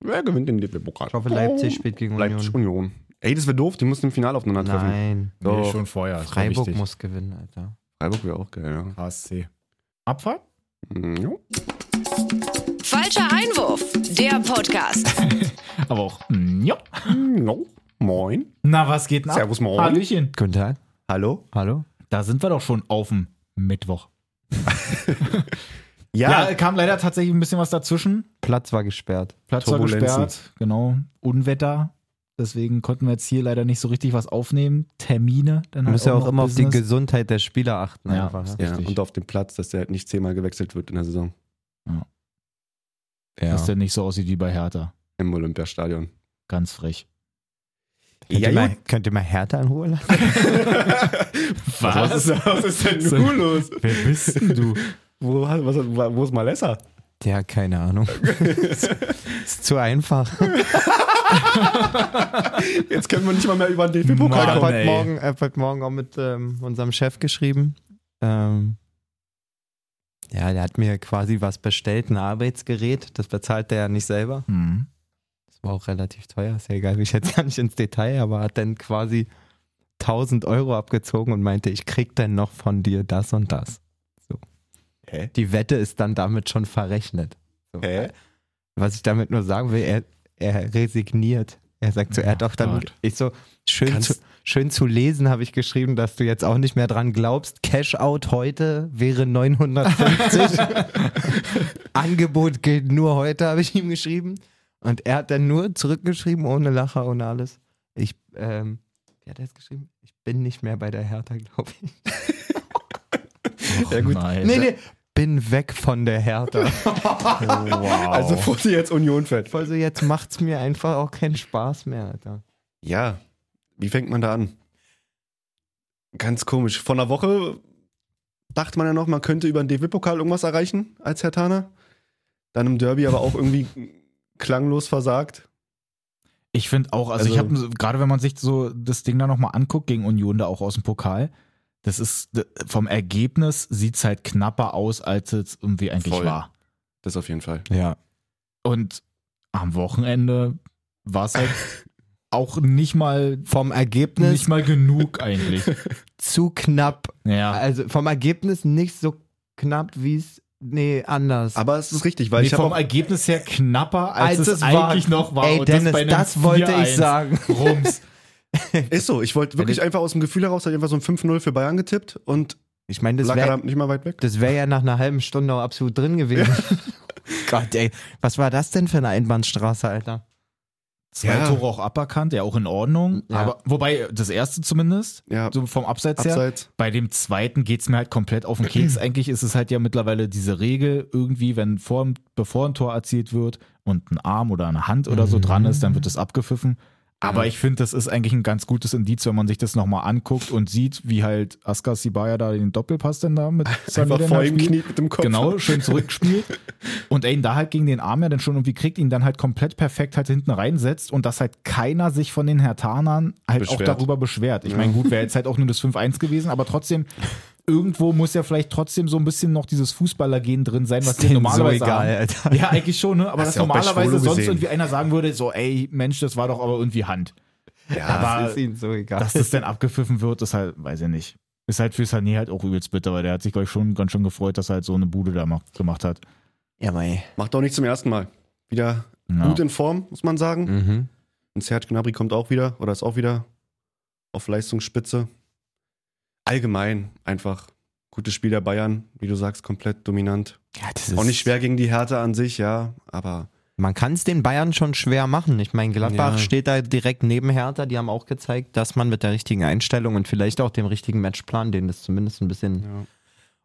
Wer gewinnt den DFB-Pokal? Ich hoffe, Leipzig spielt gegen Union. Leipzig Union. Ey, das wäre doof, die mussten im Finale aufeinandertreffen. Nein. So, Nee, schon vorher. ist doch Freiburg wichtig. muss gewinnen, Alter. Freiburg wäre auch geil, ja. HSC. Abfahrt? Mhm, jo. Falscher Einwurf, der Podcast. Aber auch. mm, Ja. Mhm, jo. Moin. Na, was geht denn ab? Servus, moin. Hallöchen. Guten Tag. Hallo? Hallo? Da sind wir doch schon auf dem Mittwoch. Ja, Ja, kam leider tatsächlich ein bisschen was dazwischen. Platz war gesperrt. Platz war Turbulenzen. gesperrt, genau. Unwetter. Deswegen konnten wir jetzt hier leider nicht so richtig was aufnehmen. Termine. Dann halt Man muss ja auch noch immer auf die Business. Gesundheit der Spieler achten. Ja. Einfach, ne? ja. richtig. und auf dem Platz, dass der halt nicht zehnmal gewechselt wird in der Saison. Ja. Ja, Dass der nicht so aussieht wie bei Hertha. im Olympiastadion. Ganz frech. Könnt, Ja, ihr mal, gut. könnt ihr mal Hertha anholen? Was? was ist denn So. nun los? Wer bist denn du? Wo, was, wo ist Malessa? Ja, keine Ahnung. ist zu einfach. Jetzt können wir nicht mal mehr über den Ich Mann, habe heute ey. morgen, hab heute morgen auch mit ähm, unserem Chef geschrieben. Ähm, ja, der hat mir quasi was bestellt, ein Arbeitsgerät. Das bezahlt der ja nicht selber. Hm. Das war auch relativ teuer, ist ja egal, ich jetzt gar nicht ins Detail, aber hat dann quasi 1000 Euro abgezogen und meinte, ich krieg dann noch von dir das und das. So. Hä? Die Wette ist dann damit schon verrechnet. So. Hä? Was ich damit nur sagen will, er, er resigniert. Er sagt so, er hat auch dann, Gott. ich so, schön Kannst- zu, schön zu lesen habe ich geschrieben, dass du jetzt auch nicht mehr dran glaubst. Cash-out heute wäre 950. Angebot gilt nur heute, habe ich ihm geschrieben. Und er hat dann nur zurückgeschrieben, ohne Lacher, ohne alles. Ich, ähm, wie hat er es geschrieben? Ich bin nicht mehr bei der Hertha, glaube ich. Och, Oh, Nein. Oh, Nee, nee, bin weg von der Hertha. Wow. Also wurde jetzt Union fett. Voll so, Also jetzt macht's mir einfach auch keinen Spaß mehr, Alter. Ja, wie fängt man da an? Ganz komisch. Vor einer Woche dachte man ja noch, man könnte über den DFB-Pokal irgendwas erreichen als Herr Tana. Dann im Derby aber auch irgendwie klanglos versagt. Ich finde auch, also, ich Also- habe gerade wenn man sich so das Ding da nochmal anguckt gegen Union da auch aus dem Pokal, das ist d- vom Ergebnis sieht es halt knapper aus, als es irgendwie eigentlich Voll. war. Das auf jeden Fall. Ja. Und am Wochenende war es halt auch nicht mal Vom Ergebnis nicht mal genug eigentlich. zu knapp. Ja. Also vom Ergebnis nicht so knapp, wie es. Nee, anders. Aber es ist richtig, weil nee, ich habe vom auch Ergebnis her knapper, als, es war- eigentlich noch war. Ey, Und Dennis, bei einem das wollte ich 4-1. sagen. Rums. Ist so, ich wollte wirklich einfach aus dem Gefühl heraus, habe ich einfach so ein 5-0 für Bayern getippt und Ich meine, das lag wäre da nicht mal weit weg. Das wäre ja nach einer halben Stunde auch absolut drin gewesen. Gott, ey. Was war das denn für eine Einbahnstraße, Alter? Zwei Ja. Tore auch aberkannt, ja auch in Ordnung. Ja. Aber wobei, das erste zumindest, Ja, so vom Abseits her, abseits. Bei dem zweiten geht es mir halt komplett auf den Keks. Eigentlich ist es halt ja mittlerweile diese Regel, irgendwie, wenn vor, bevor ein Tor erzielt wird und ein Arm oder eine Hand oder so dran ist, dann wird es abgepfiffen. Aber ich finde, das ist eigentlich ein ganz gutes Indiz, wenn man sich das nochmal anguckt und sieht, wie halt Askar Sibaya da den Doppelpass denn da mit Sané Einfach dann vor da ihm spielt. kniet mit dem Kopf. Genau, schön zurückspielt. und er ihn da halt gegen den Arm ja dann schon irgendwie kriegt, ihn dann halt komplett perfekt halt hinten reinsetzt und dass halt keiner sich von den Hertanern halt Beschwert. auch darüber beschwert. Ich Ja. meine, gut, wäre jetzt halt auch nur das 5-1 gewesen, aber trotzdem, irgendwo muss ja vielleicht trotzdem so ein bisschen noch dieses Fußballergehen drin sein, was die denen normalerweise so egal, haben. Alter. Ja, eigentlich schon, ne? Aber Hast dass du ja auch bei normalerweise Schwolo sonst gesehen. irgendwie einer sagen würde, so, ey, Mensch, das war doch aber irgendwie Hand. Ja, aber Das ist ihnen so egal. dass das dann abgepfiffen wird, ist halt, weiß ich nicht. Ist halt für Sané halt auch übelst bitter, weil der hat sich, glaube ich, schon ganz schön gefreut, dass er halt so eine Bude da macht, gemacht hat. ja, mei. Macht auch nicht zum ersten Mal. Wieder Ja. gut in Form, muss man sagen. Mhm. Und Serge Gnabry kommt auch wieder oder ist auch wieder auf Leistungsspitze. Allgemein einfach gutes Spiel der Bayern, wie du sagst, komplett dominant. Ja, das ist Auch nicht schwer gegen die Härte an sich, ja, aber Man kann es den Bayern schon schwer machen. Ich meine, Gladbach Ja. steht da direkt neben Hertha. Die haben auch gezeigt, dass man mit der richtigen Einstellung und vielleicht auch dem richtigen Matchplan, den das zumindest ein bisschen ja.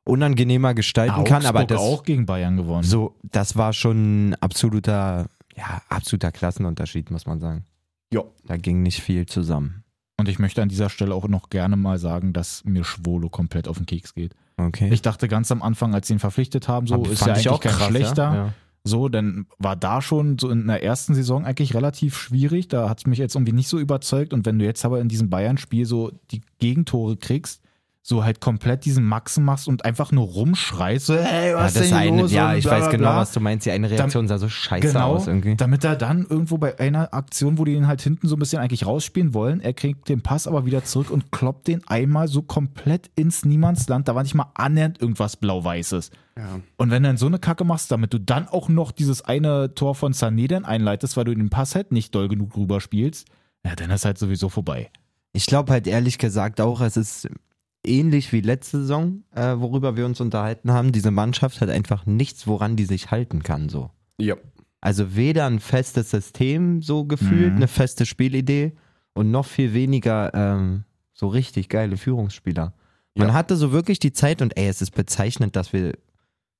unangenehmer gestalten kann, aber Augsburg das auch gegen Bayern gewonnen. so, das war schon ein absoluter, ja, absoluter Klassenunterschied, muss man sagen. Ja. Da ging nicht viel zusammen. Und ich möchte an dieser Stelle auch noch gerne mal sagen, dass mir Schwolo komplett auf den Keks geht. Okay. Ich dachte ganz am Anfang, als sie ihn verpflichtet haben, so Hab- ist fand ja ich eigentlich kein krass, schlechter. Ja. Ja. So, dann war da schon so in der ersten Saison eigentlich relativ schwierig. Da hat es mich jetzt irgendwie nicht so überzeugt. Und wenn du jetzt aber in diesem Bayern-Spiel so die Gegentore kriegst, so halt komplett diesen Maxen machst und einfach nur rumschreist, so, hey, was das ist denn eine, los? ja, und ich bla, weiß bla, genau, bla. was du meinst. Die eine Reaktion sah so scheiße Genau, aus irgendwie. damit er dann irgendwo bei einer Aktion, wo die ihn halt hinten so ein bisschen eigentlich rausspielen wollen, er kriegt den Pass aber wieder zurück und kloppt den einmal so komplett ins Niemandsland. Da war nicht mal annähernd irgendwas Blau-Weißes. Ja. Und wenn du dann so eine Kacke machst, damit du dann auch noch dieses eine Tor von Sané dann einleitest, weil du den Pass halt nicht doll genug rüberspielst, ja, dann ist halt sowieso vorbei. Ich glaube halt ehrlich gesagt auch, es ist ähnlich wie letzte Saison, äh, worüber wir uns unterhalten haben. Diese Mannschaft hat einfach nichts, woran die sich halten kann so. Ja. Also weder ein festes System so gefühlt, Mhm. eine feste Spielidee und noch viel weniger ähm, so richtig geile Führungsspieler. Man Ja. hatte so wirklich die Zeit und ey, es ist bezeichnend, dass wir,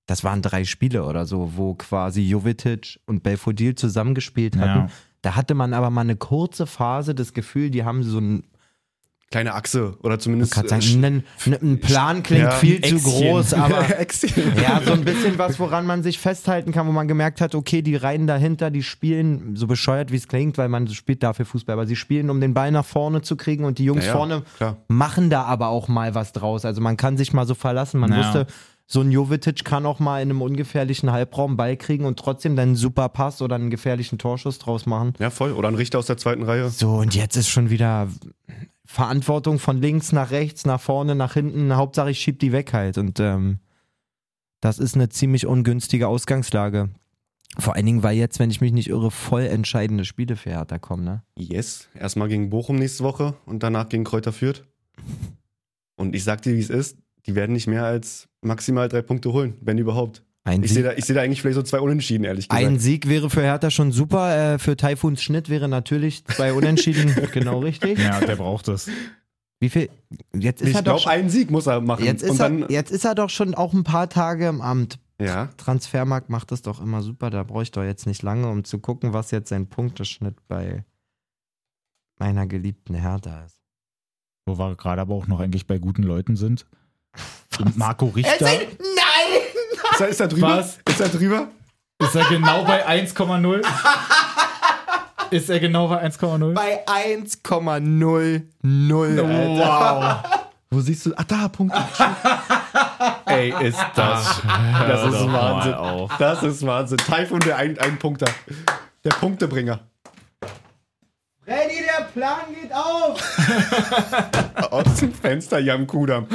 das waren drei Spiele oder so, wo quasi Jovetic und Belfodil zusammengespielt hatten. Ja. Da hatte man aber mal eine kurze Phase das Gefühl, die haben so einen, Kleine Achse oder ich zumindest. kann äh, sagen, einen, einen Plan klingt ja, viel ein zu Äxtchen. groß, aber Äxtchen. ja, so ein bisschen was, woran man sich festhalten kann, wo man gemerkt hat, okay, die Reihen dahinter, die spielen, so bescheuert wie es klingt, weil man spielt dafür Fußball, aber sie spielen, um den Ball nach vorne zu kriegen und die Jungs Ja, ja, vorne klar. machen da aber auch mal was draus. Also man kann sich mal so verlassen. Man Ja. wusste, so ein Jovetic kann auch mal in einem ungefährlichen Halbraum Ball kriegen und trotzdem dann einen super Pass oder einen gefährlichen Torschuss draus machen. Ja, voll. Oder ein Richter aus der zweiten Reihe. So, und jetzt ist schon wieder Verantwortung von links nach rechts, nach vorne, nach hinten. Hauptsache, ich schieb die weg halt. Und ähm, das ist eine ziemlich ungünstige Ausgangslage. Vor allen Dingen, weil jetzt, wenn ich mich nicht irre, voll entscheidende Spiele für Hertha kommen, ne? Yes. Erstmal gegen Bochum nächste Woche und danach gegen Kräuter Fürth. Und ich sag dir, wie es ist. Die werden nicht mehr als maximal drei Punkte holen, wenn überhaupt. Ein Ich sehe Sieg, da, ich seh da eigentlich vielleicht so zwei Unentschieden, ehrlich gesagt. ein Sieg wäre für Hertha schon super. Äh, für Taifuns Schnitt wäre natürlich zwei Unentschieden genau richtig. Ja, der braucht es. Wie viel? Jetzt ist, ich er, doch glaube, schon, einen Sieg muss er machen. jetzt, ist und dann, er, jetzt ist er doch schon auch ein paar Tage im Amt. ja, Transfermarkt macht das doch immer super. Da brauche ich doch jetzt nicht lange, um zu gucken, was jetzt sein Punkteschnitt bei meiner geliebten Hertha ist. Wo wir gerade aber auch noch eigentlich bei guten Leuten sind. Marco Richter nein! ist er, ist er drüber? Was? Ist er drüber? ist er genau bei 1,0. Ist er genau bei 1,0? Bei 1,00. Wow. Wo siehst du? Ach, da, Punkt. Ey, ist das. Das ist Wahnsinn. Das ist Wahnsinn. Taifun, der ein, ein Punkter. Der Punktebringer. Freddy, der Plan geht auf! Aus dem Fenster, Jan Kudam.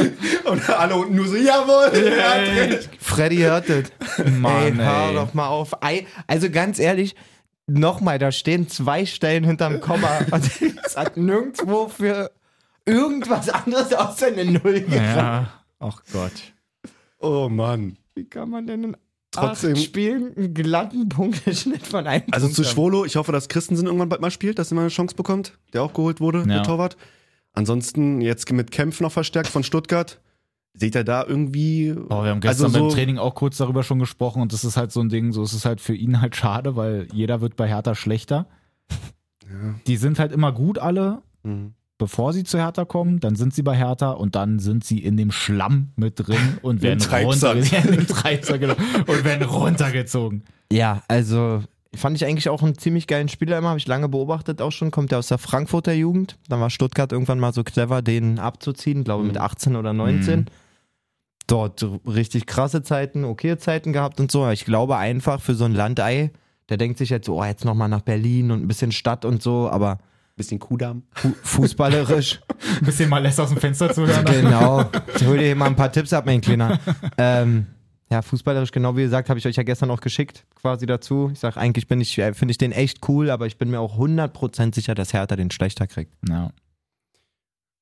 Und alle unten nur so, jawohl, er hat recht. Freddy hört es. Mann, ey, hör ey. doch mal auf. Ei- Also ganz ehrlich, nochmal, da stehen zwei Stellen hinterm Komma. Und es hat nirgendwo für irgendwas anderes außer eine Null gegeben. Ja. Ach Gott. Oh Mann. Wie kann man denn in Trotzdem- acht Spielen einen glatten Punkteschnitt von einem Also Punkt zu haben? Schwolo, ich hoffe, dass Christensen irgendwann bald mal spielt, dass er mal eine Chance bekommt, der auch geholt wurde, Ja. der Torwart. Ansonsten jetzt mit Kempf noch verstärkt von Stuttgart. Seht ihr da irgendwie. Oh, wir haben gestern also beim so, Training auch kurz darüber schon gesprochen und das ist halt so ein Ding, so ist es halt für ihn halt schade, weil jeder wird bei Hertha schlechter. Die sind halt immer gut alle, Mhm. bevor sie zu Hertha kommen, dann sind sie bei Hertha und dann sind sie in dem Schlamm mit drin und Im werden Treibsand. runtergezogen. Ja, in dem Treibsand, genau. und werden runtergezogen. Ja, also fand ich eigentlich auch einen ziemlich geilen Spieler immer, habe ich lange beobachtet auch schon, kommt ja aus der Frankfurter Jugend. Dann war Stuttgart irgendwann mal so clever, den abzuziehen, glaube mit 18 oder 19. Mhm. Dort richtig krasse Zeiten, okay Zeiten gehabt und so. Aber ich glaube einfach für so ein Landei, der denkt sich jetzt, so, oh, jetzt nochmal nach Berlin und ein bisschen Stadt und so, aber Bisschen Kudam. fu- fußballerisch Ein bisschen mal lässt aus dem Fenster zu hören. Genau. Ich hol dir hier mal ein paar Tipps ab, mein Kleiner. Ähm, ja, fußballerisch, genau wie gesagt, habe ich euch ja gestern auch geschickt, quasi dazu. Ich sage, eigentlich bin ich, äh, finde ich den echt cool, aber ich bin mir auch 100% sicher, dass Hertha den schlechter kriegt. Ja.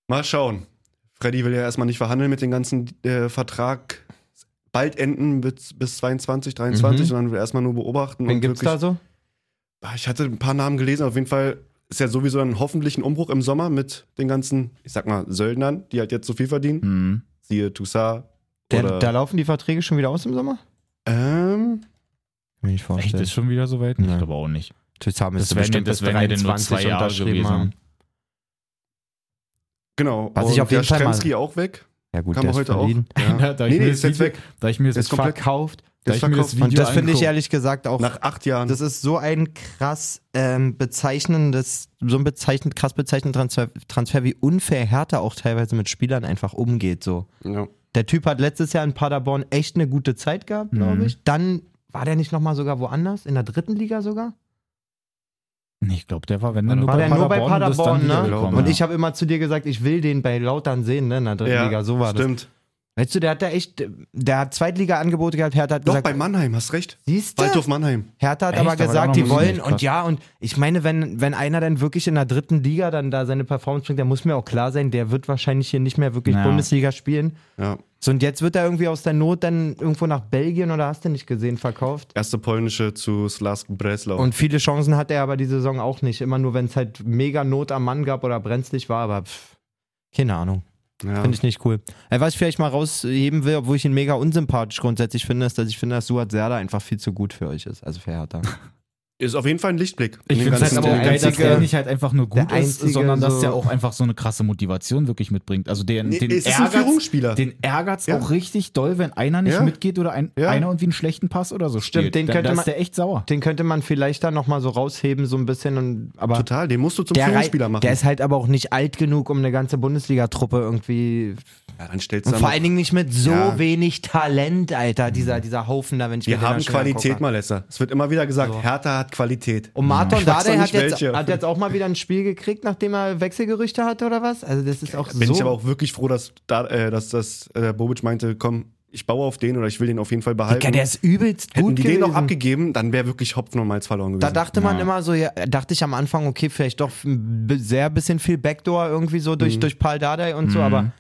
Mal schauen. Freddy will ja erstmal nicht verhandeln mit dem ganzen äh, Vertrag. Bald enden bis, bis 22, 23 Mhm. und dann will er erstmal nur beobachten. Wen und gibt's wirklich- da so? Ah, Ich hatte ein paar Namen gelesen. Auf jeden Fall ist ja sowieso dann hoffentlich ein Umbruch im Sommer mit den ganzen, ich sag mal, Söldnern, die halt jetzt so viel verdienen. Mhm. Siehe Toussaint. Der, oder- da laufen die Verträge schon wieder aus im Sommer? Ähm, Kann ich Echt, vorstellen. ist schon wieder soweit? Ja. Ich glaube auch nicht. Das haben Das wären ja- das wären ja denn nur zwei Jahre gewesen. genau. Was ich Und auf jeden der Fall mal- Stremski auch weg. Ja gut, Kam der heute verliehen. auch. Ja. da nee, ich nee, mir ist das jetzt Video- weg. Da ich mir Ist das komplett- Verkauft Da Das ich mir das verkauft- Video Und das finde ich anguck. ehrlich gesagt auch. Nach acht Jahren. das ist so ein krass ähm, bezeichnendes, so ein bezeichnend, krass bezeichnendes Transfer, Transfer, wie unfair Hertha auch teilweise mit Spielern einfach umgeht. So. ja. Der Typ hat letztes Jahr in Paderborn echt eine gute Zeit gehabt, glaube Mhm. ich. Dann war der nicht nochmal sogar woanders, in der dritten Liga sogar? Nee, ich glaube, der war, wenn dann nur, War bei der nur bei Paderborn und ist dann Paderborn, ne? wiedergekommen, Und ja. ich habe immer zu dir gesagt, ich will den bei Lautern sehen, ne? In der dritten ja, Liga, so war das. Stimmt. Weißt du, der hat da echt, der hat Zweitliga-Angebote gehabt, Hertha hat Doch, gesagt, bei Mannheim, hast recht. siehst du? Waldhof Mannheim. Hertha hat Echt? aber Aber da gesagt, noch die muss ich wollen nicht, und krass. ja, und ich meine, wenn, wenn einer dann wirklich in der dritten Liga dann da seine Performance bringt, dann muss mir auch klar sein, der wird wahrscheinlich hier nicht mehr wirklich Ja. Bundesliga spielen. Ja. So, und jetzt wird er irgendwie aus der Not dann irgendwo nach Belgien oder hast du nicht gesehen, verkauft. Erste polnische zu Slask Breslau. Und viele Chancen hat er aber die Saison auch nicht. Immer nur, wenn es halt mega Not am Mann gab oder brenzlig war, aber pff, keine Ahnung. ja. Finde ich nicht cool. Äh, was ich vielleicht mal rausheben will, obwohl ich ihn mega unsympathisch grundsätzlich finde, ist, dass ich finde, dass Suat Serda einfach viel zu gut für euch ist. Also für Hertha. ist auf jeden Fall ein Lichtblick. In Ich den finde es halt ganzen aber der auch geil, dass einzige- der nicht halt einfach nur gut der einzige ist, sondern dass so- der auch einfach so eine krasse Motivation wirklich mitbringt. Also den, Nee, den es ist ein ärgert's- Führungsspieler. Den ärgert's Ja. auch richtig doll, wenn einer nicht Ja. mitgeht oder ein, Ja. einer irgendwie einen schlechten Pass oder so Stimmt, spielt. den Dann- könnte da man- ist der echt sauer. Den könnte man vielleicht dann nochmal so rausheben, so ein bisschen. Und, aber Total, den musst du zum der, rei- Führungsspieler machen. der ist halt aber auch nicht alt genug, um eine ganze Bundesliga-Truppe irgendwie. ja, dann stellst du Und dann vor noch- allen Dingen nicht mit so Ja. wenig Talent, Alter, dieser, dieser Haufen da, wenn ich mir Wir den haben da schon Qualität, angucke. Malesser. Es wird immer wieder gesagt, So. Hertha hat Qualität. Und Martin Ich weiß doch Dardai hat nicht, jetzt, welche. hat jetzt auch mal wieder ein Spiel gekriegt, nachdem er Wechselgerüchte hatte oder was? Also, das ist auch Bin so. ich aber auch wirklich froh, dass, da, äh, dass das, äh, Bobic meinte, komm, ich baue auf den oder ich will den auf jeden Fall behalten. Digga, der ist übelst Hätten gut die gewesen. den noch abgegeben, dann wäre wirklich Hopfen und Malz verloren gewesen. Da dachte man Ja. immer so, ja, dachte ich am Anfang, okay, vielleicht doch ein b- sehr bisschen viel Backdoor irgendwie so Mhm. durch, durch Paul Dardai und so, aber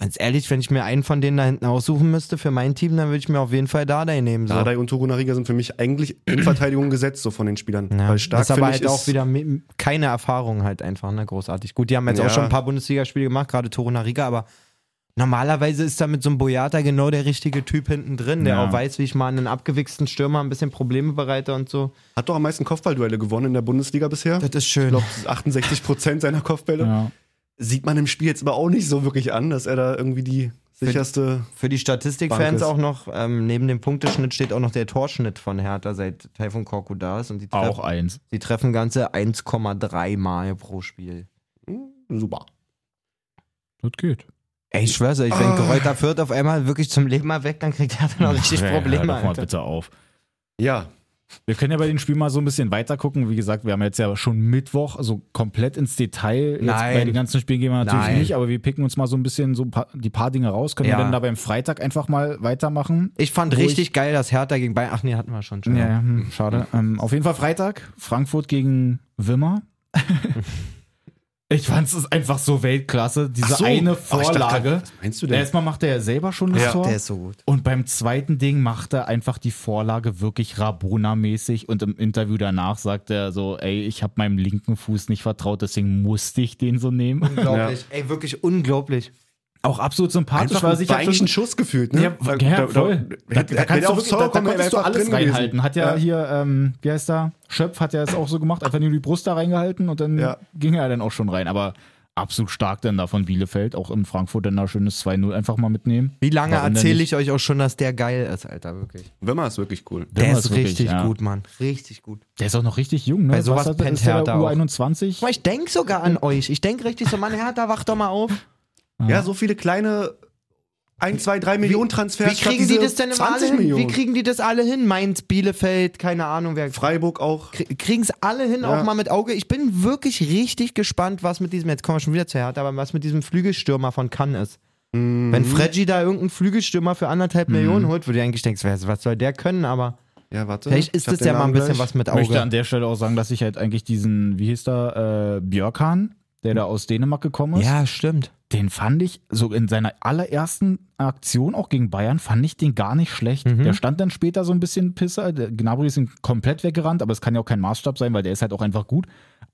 ganz ehrlich, wenn ich mir einen von denen da hinten aussuchen müsste für mein Team, dann würde ich mir auf jeden Fall Dardai nehmen. So. Dardai und Torunariga sind für mich eigentlich in Verteidigung gesetzt, so von den Spielern. Ja. Weil stark das ist aber finde ich, halt auch ist- wieder mi- keine Erfahrung halt einfach, ne, großartig. Gut, die haben jetzt Ja. auch schon ein paar Bundesligaspiele gemacht, gerade Torunariga, aber normalerweise ist da mit so einem Boyata genau der richtige Typ hinten drin, der Ja. auch weiß, wie ich mal einen abgewichsten Stürmer ein bisschen Probleme bereite und so. Hat doch am meisten Kopfballduelle gewonnen in der Bundesliga bisher. Das ist schön. 68 Prozent seiner Kopfbälle. Ja. Sieht man im Spiel jetzt aber auch nicht so wirklich an, dass er da irgendwie die sicherste. Für die Bank Statistikfans ist. auch noch, ähm, neben dem Punkteschnitt steht auch noch der Torschnitt von Hertha, seit Taifun Korku da ist. Und die, treff, Auch eins. die treffen ganze 1,3 Mal pro Spiel. Super. Das geht. Ey, ich schwör's euch, wenn Kräuter Fürth auf einmal wirklich zum Leben mal weg, dann kriegt Hertha noch richtig Hör Probleme. doch mal Alter. bitte auf. Ja, Wir können ja bei dem Spiel mal so ein bisschen weiter gucken. Wie gesagt, wir haben jetzt ja schon Mittwoch, also komplett ins Detail. Jetzt Nein. Bei den ganzen Spielen gehen wir natürlich Nein. nicht, aber wir picken uns mal so ein bisschen so ein paar, die paar Dinge raus. Können Ja. wir dann da beim Freitag einfach mal weitermachen? Ich fand Ruhig. richtig geil, dass Hertha gegen Bayern. Ach nee, hatten wir schon. schon. Ja, ja, hm, schade. Ähm, auf jeden Fall Freitag, Frankfurt gegen Wimmer. ich fand es einfach so Weltklasse, diese Ach so. eine Ach, ich dachte Vorlage. grad, was meinst du denn? Erstmal macht er ja selber schon das Ja. Tor. Der ist so gut. Und beim zweiten Ding macht er einfach die Vorlage wirklich Rabona-mäßig und im Interview danach sagt er so, ey, ich habe meinem linken Fuß nicht vertraut, deswegen musste ich den so nehmen. Unglaublich. Ey, wirklich unglaublich. Auch absolut sympathisch, einfach weil sich war eigentlich ein Schuss gefühlt, ne? ja, da, ja, voll. Da, da, hätte- hätte kannst du aufs wirklich- Tor da, da kommen, wäre konntest du einfach alles drin gewesen. reinhalten. Hat ja, Ja. hier, ähm, wie heißt er? Schöpf hat ja es auch so gemacht, einfach nur die Brust da reingehalten und dann Ja. ging er dann auch schon rein. Aber absolut stark dann da von Bielefeld, auch in Frankfurt dann da schönes 2-0 einfach mal mitnehmen. Wie lange Warum denn erzähle nicht? ich euch auch schon, dass der geil ist, Alter, wirklich. Wimmer ist wirklich cool. Der, Wimmer ist, ist wirklich, richtig ja. gut, Mann. Richtig gut. Der ist auch noch richtig jung, ne? Bei sowas Was hat er- pennt ist der Hertha auch. U21. Guck mal, Ich denke sogar an euch. Ich denke richtig so, Mann, Hertha, wach doch mal auf. Ja, so viele kleine 1, 2, 3 Millionen Transfers. Wie statt kriegen die diese das denn immer 20 alle hin? Millionen. Wie kriegen die das alle hin? Mainz, Bielefeld, keine Ahnung, wer. Freiburg auch. Kriegen es alle hin, Ja. auch mal mit Auge. Ich bin wirklich richtig gespannt, was mit diesem, jetzt kommen wir schon wieder zu Hertha, aber was mit diesem Flügelstürmer von Cannes ist. Mhm. Wenn Fredji da irgendeinen Flügelstürmer für anderthalb Millionen holt, würde ich eigentlich denken, was, was soll der können, aber Ja, warte. vielleicht Mhm. ich ist hab das den ja mal ein Namen bisschen gleich. was mit Ich möchte Auge. an der Stelle auch sagen, dass ich halt eigentlich diesen, wie hieß der, äh, Björkan, der da aus Dänemark gekommen ist, Ja, stimmt. den fand ich so in seiner allerersten Aktion auch gegen Bayern, fand ich den gar nicht schlecht. Mhm. Der stand dann später so ein bisschen Pisser. Der Gnabry ist ihn komplett weggerannt, aber es kann ja auch kein Maßstab sein, weil der ist halt auch einfach gut.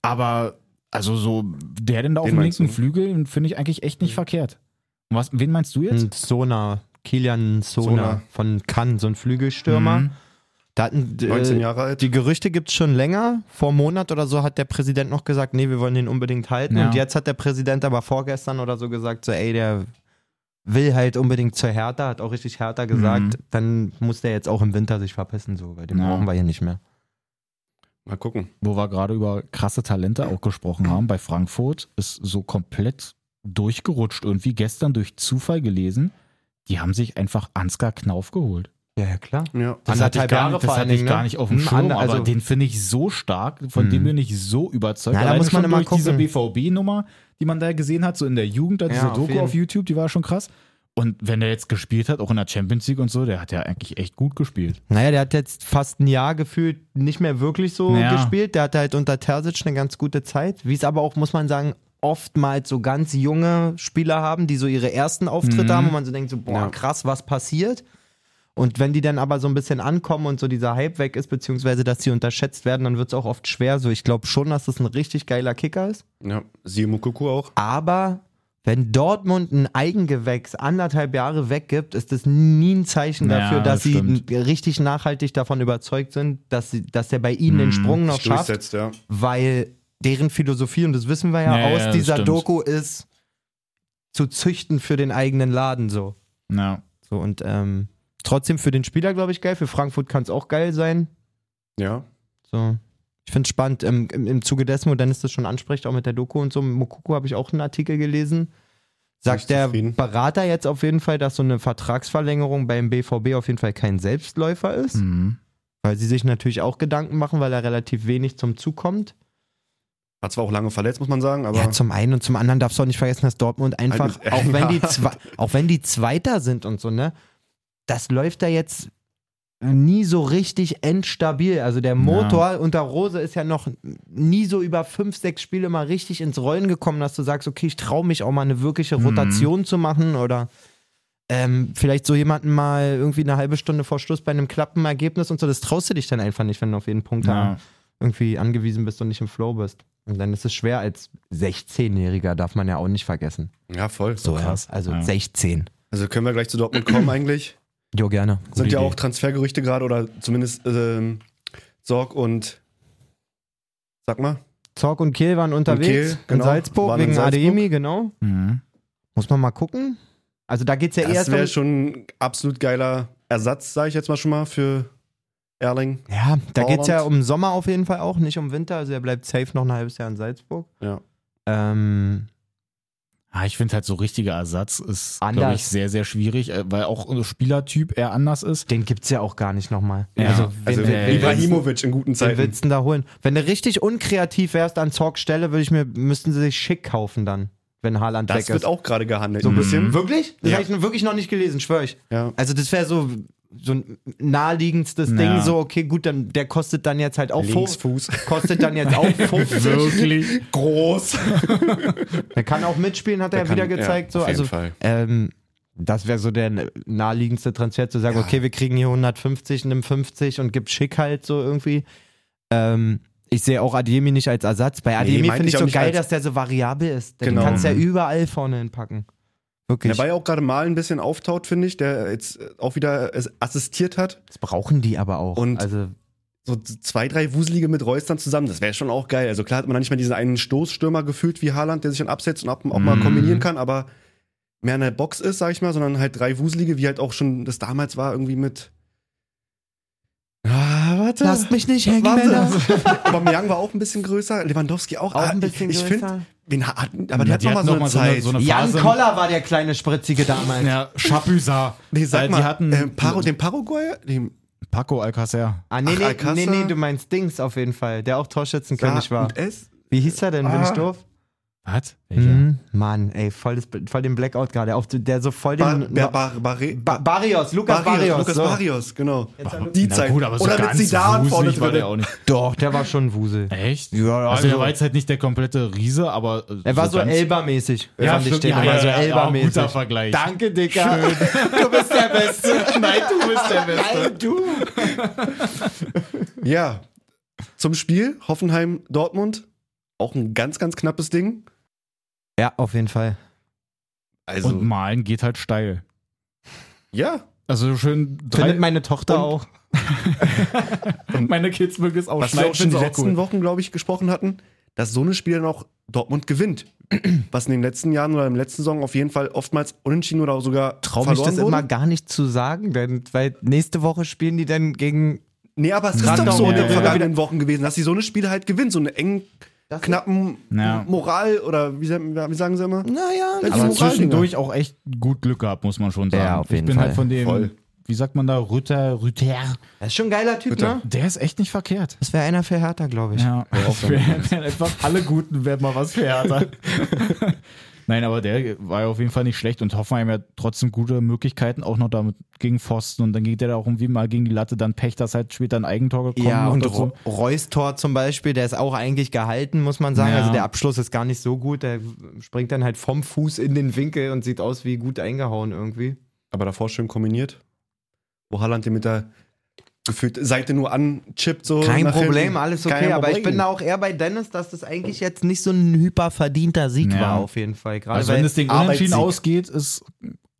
Aber also so, der denn da auf Den dem meinst linken du? Mhm. Flügel, finde ich eigentlich echt nicht verkehrt. Und Was, wen meinst du jetzt? Ein Sona, Kilian Sona, Sona. von Cannes, so ein Flügelstürmer. Mhm. Da hatten, äh, 19 Jahre alt. Die Gerüchte gibt es schon länger. Vor einem Monat oder so hat der Präsident noch gesagt, nee, wir wollen den unbedingt halten. Ja. Und jetzt hat der Präsident aber vorgestern oder so gesagt, so, ey, der will halt unbedingt zur Hertha, hat auch richtig Hertha gesagt, dann muss der jetzt auch im Winter sich verpissen, so, weil den Ja. brauchen wir hier nicht mehr. Mal gucken. wo wir gerade über krasse Talente auch gesprochen haben, bei Frankfurt ist so komplett durchgerutscht. Irgendwie gestern durch Zufall gelesen, die haben sich einfach Ansgar Knauf geholt. Ja, ja, klar. Ja. Das hatte ich Anderthalb gar Jahre nicht, vor das allen hatte ich Dingen, gar ne? nicht auf dem Ein Schirm, ander- aber also- den finde ich so stark, von Mhm. dem bin ich so überzeugt. Na, da Alleine muss man schon immer durch diese gucken. BVB-Nummer, die man da gesehen hat, so in der Jugend, da Ja, diese auf Doku jeden. auf YouTube, die war schon krass. Und wenn der jetzt gespielt hat, auch in der Champions League und so, der hat ja eigentlich echt gut gespielt. Naja, der hat jetzt fast ein Jahr gefühlt nicht mehr wirklich so Ja. gespielt. Der hatte halt unter Terzic eine ganz gute Zeit. Wie es aber auch, muss man sagen, oftmals so ganz junge Spieler haben, die so ihre ersten Auftritte haben, wo man so denkt, so, boah, Ja. krass, was passiert? Und wenn die dann aber so ein bisschen ankommen und so dieser Hype weg ist, beziehungsweise dass sie unterschätzt werden, dann wird es auch oft schwer. So, ich glaube schon, dass das ein richtig geiler Kicker ist. Ja. Simon Kuku auch. Aber wenn Dortmund ein Eigengewächs anderthalb Jahre weggibt, ist das nie ein Zeichen Ja, dafür, dass das stimmt. sie n- richtig nachhaltig davon überzeugt sind, dass, sie, dass der bei ihnen Mhm, den Sprung noch Sich schafft, durchsetzt, ja. weil deren Philosophie, und das wissen wir ja Ja, ja, aus das dieser stimmt. Doku, ist zu züchten für den eigenen Laden so. Ja. so und ähm, trotzdem für den Spieler, glaube ich, geil. Für Frankfurt kann es auch geil sein. Ja. So. Ich finde es spannend. Im, im, Im Zuge dessen, wo Dennis das schon anspricht, auch mit der Doku und so, mit Mokuku habe ich auch einen Artikel gelesen. Sagt Nicht der zufrieden. Berater jetzt auf jeden Fall, dass so eine Vertragsverlängerung beim BVB auf jeden Fall kein Selbstläufer ist, Mhm. weil sie sich natürlich auch Gedanken machen, weil er relativ wenig zum Zug kommt. Hat zwar auch lange verletzt, muss man sagen, aber ja, zum einen und zum anderen darfst du auch nicht vergessen, dass Dortmund einfach, Halt- auch, wenn die Ja. Zwe auch wenn die Zweiter sind und so, ne, das läuft da jetzt nie so richtig endstabil. Also der Motor unter Rose ist ja noch nie so über fünf, sechs Spiele mal richtig ins Rollen gekommen, dass du sagst, okay, ich traue mich auch mal eine wirkliche Mhm. Rotation zu machen oder ähm, vielleicht so jemanden mal irgendwie eine halbe Stunde vor Schluss bei einem klappen Ergebnis und so. Das traust du dich dann einfach nicht, wenn du auf jeden Punkt da Ja. irgendwie angewiesen bist und nicht im Flow bist. Und dann ist es schwer, als 16-Jähriger darf man ja auch nicht vergessen. ja, voll. So, krass. Ja. Also Ja. 16. Also können wir gleich zu Dortmund kommen eigentlich. Jo, gerne. Sind ja Idee. auch Transfergerüchte gerade oder zumindest ähm, Sorg und sag mal, Zorg und Kehl waren unterwegs Kehl, genau, in Salzburg waren in wegen Salzburg. Adeyemi, genau. Mhm. Muss man mal gucken. Also da geht es ja das erst wäre um, schon ein absolut geiler Ersatz, sage ich jetzt mal schon mal, für Erling. Ja, da geht es ja Holland. um Sommer auf jeden Fall auch, nicht um Winter. Also er bleibt safe noch ein halbes Jahr in Salzburg. Ja. Ähm, Ah, ich finde halt so richtiger Ersatz ist, glaube Anders. ich, sehr, sehr schwierig, äh, weil auch unser Spielertyp eher anders ist. den gibt es ja auch gar nicht nochmal. Ja. Also, wen, Also äh, wen, wen, Ibrahimovic in guten wen Zeiten. willst du denn da holen? Wenn du richtig unkreativ wärst an Zorgs Stelle, würde ich mir, müssten sie sich schick kaufen dann, wenn Haaland Das weg ist. wird auch gerade gehandelt. So ein Mhm. bisschen. Wirklich? Das Ja. habe ich nun wirklich noch nicht gelesen, schwöre ich. Ja. Also das wäre so, so ein naheliegendstes Ja. Ding, so okay, gut, dann der kostet dann jetzt halt auch fünf- Linksfuß. kostet dann jetzt auch 50. Wirklich? Groß. der kann auch mitspielen, hat er ja kann- wieder gezeigt. ja, so. auf jeden Also Fall. ähm, das wäre so der naheliegendste Transfer, zu sagen, okay, wir kriegen hier 150, nimm 50 und gib Schick halt so irgendwie. Ähm, ich sehe auch Ademi nicht als Ersatz. Bei Ademi meinte finde ich ich auch so nicht geil, als- dass der so variabel ist. Den Genau. kannst du ja überall vorne hinpacken. Wirklich. Der war ja auch gerade mal ein bisschen auftaut, finde ich, der jetzt äh, auch wieder es assistiert hat. das brauchen die aber auch. Und- Äh, also So zwei, drei Wuselige mit Reus dann zusammen, das wäre schon auch geil. Also klar hat man dann nicht mehr diesen einen Stoßstürmer gefühlt wie Haaland, der sich dann absetzt und ab, auch mal Mhm. kombinieren kann, aber mehr in der Box ist, sag ich mal, sondern halt drei Wuselige, wie halt auch schon das damals war, irgendwie mit. Ah, warte. Lasst mich nicht hängen, Warte. Männer. Aber Myang war auch ein bisschen größer, Lewandowski auch. Auch Ah, ein bisschen ich, ich größer. Find, den hat, aber der hat noch mal hatten so noch eine mal Zeit. so eine Jan Phase. Koller war der kleine Spritzige damals. Ja, Schabüsa. nee, sag Äh, mal, die hatten äh, Paro, den Paraguayer, den Paco Alcacer. Ah, nee, Ach, nee, Alcázar? nee, nee, du meinst Dings auf jeden Fall, der auch Torschützenkönig war. mit S? Wie hieß er denn? Bin Ah. ich doof? Was? Mhm. Mann, ey, voll, das, voll den Blackout gerade. Auf- Der so voll Bar, den. Bar, Bar, Barre- Ba Barrios, Lukas Barrios. Barrios, Lukas so. Barrios, genau. Bar- Die Na Zeit. Gut, aber so Oder mit ganz Zidane vorne wuselig war drin. der auch nicht. Doch, der war schon Wusel. Echt? Ja, also, der also- war jetzt halt nicht der komplette Riese, aber. äh, Er war so, ganz- Elba-mäßig. Ja, fand ich stimmt, den. ja, Er war ja, so ja, Elba-mäßig. guter Vergleich. Danke, Dicker. Du bist der Beste. Nein, du bist der Beste. Nein, du. Ja. Zum Spiel Hoffenheim-Dortmund. Auch ein ganz, ganz knappes Ding. Ja, auf jeden Fall. Also, Und malen geht halt steil. ja. Also schön drei. Findet meine Tochter Und- auch. meine Kids mögen es auch Was wir auch schon finden die sie letzten Wochen, glaube ich, gesprochen hatten, dass so eine Spiel dann auch Dortmund gewinnt. Was in den letzten Jahren oder im letzten Song auf jeden Fall oftmals unentschieden oder sogar Traue mich verloren das wurde. immer gar nicht zu sagen, denn weil nächste Woche spielen die dann gegen Nee, aber es ist Random- doch so in Ja, den ja, ja. vergangenen Wochen gewesen, dass sie so eine Spiele halt gewinnt, so eine engen, Das- knappen Ja. Moral oder wie, sa- wie sagen sie immer? Naja, Das Aber Moral- zwischendurch auch echt gut Glück gehabt, muss man schon sagen. Ja, auf jeden ich bin Fall. halt von dem, Voll. wie sagt man da, Rütter, Rüter. das ist schon ein geiler Typ, ne? Der ist echt nicht verkehrt. Das wäre einer für Hertha, glaube ich. Ja, das wär- wären einfach alle Guten, wären mal was für Hertha. Nein, aber der war ja auf jeden Fall nicht schlecht und Hoffenheim hat trotzdem gute Möglichkeiten, auch noch damit gegen Pfosten und dann geht der da auch irgendwie mal gegen die Latte, dann Pech, dass halt später ein Eigentor gekommen Also Ja, noch und dazu. Ro Reus Tor zum Beispiel, der ist auch eigentlich gehalten, muss man sagen. Ja. Also der Abschluss ist gar nicht so gut. Der springt dann halt vom Fuß in den Winkel und sieht aus wie gut eingehauen irgendwie. Aber davor schön kombiniert. Wo Haaland den mit der gefühlt Seite nur anchippt, so. Kein nach Problem, hinten. alles Kein okay. aber ich Problem. bin da auch eher bei Dennis, dass das eigentlich jetzt nicht so ein hyperverdienter Sieg Ja. war, auf jeden Fall. Gerade Also wenn weil- das Ding Arbeitssieg. unentschieden ausgeht, ist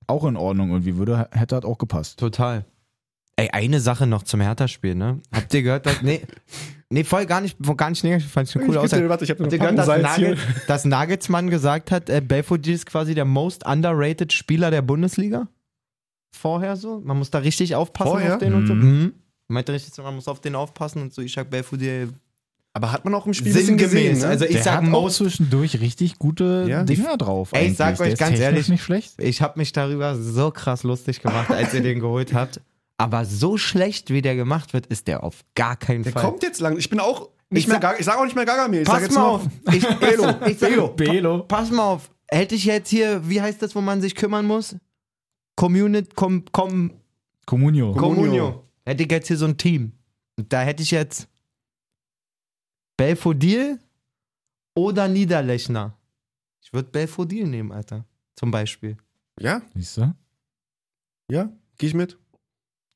auch in Ordnung irgendwie, würde, hätte halt auch gepasst. Total. Ey, eine Sache noch zum Hertha-Spiel, ne? Habt ihr gehört, dass. Nee, nee voll gar nicht, gar nicht negativ, fand ich eine Ich coole geb Aussage. dir, warte, ich hab Habt noch ihr einen gehört, dass, Salz hier. Nagel, dass Nagelsmann gesagt hat, äh, Belfodil ist quasi der most underrated Spieler der Bundesliga? Vorher so? Man muss da richtig aufpassen Vorher? auf den und so. Mhm. Mhm. Meinte richtig so, man muss auf den aufpassen und so, Ishak Belfodil. Aber hat man auch im Spiel ein bisschen Sinngemäß. gesehen, ne? Also ich der sag hat auch most zwischendurch richtig gute Ja. Dinger drauf. Ey, ich eigentlich. sag Der euch ist ganz technisch ehrlich, nicht schlecht. Ich habe mich darüber so krass lustig gemacht, als ihr den geholt habt. Aber so schlecht, wie der gemacht wird, ist der auf gar keinen der Fall. kommt jetzt lang. Ich bin auch nicht Ich mehr sag- Gaga- ich sag auch nicht mehr Gaga mehr. Ich sag Pass jetzt mal nur- auf. Ich, Belo, ich sag, Belo, pa- Belo. Pass mal auf. Hätte ich jetzt hier, wie heißt das, wo man sich kümmern muss? Community, com, com, Comunio. Comunio. Comunio. Hätte ich jetzt hier so ein Team. Und da hätte ich jetzt Belfodil oder Niederlechner. Ich würde Belfodil nehmen, Alter. Zum Beispiel. Ja, Siehst du? ja, geh ich mit.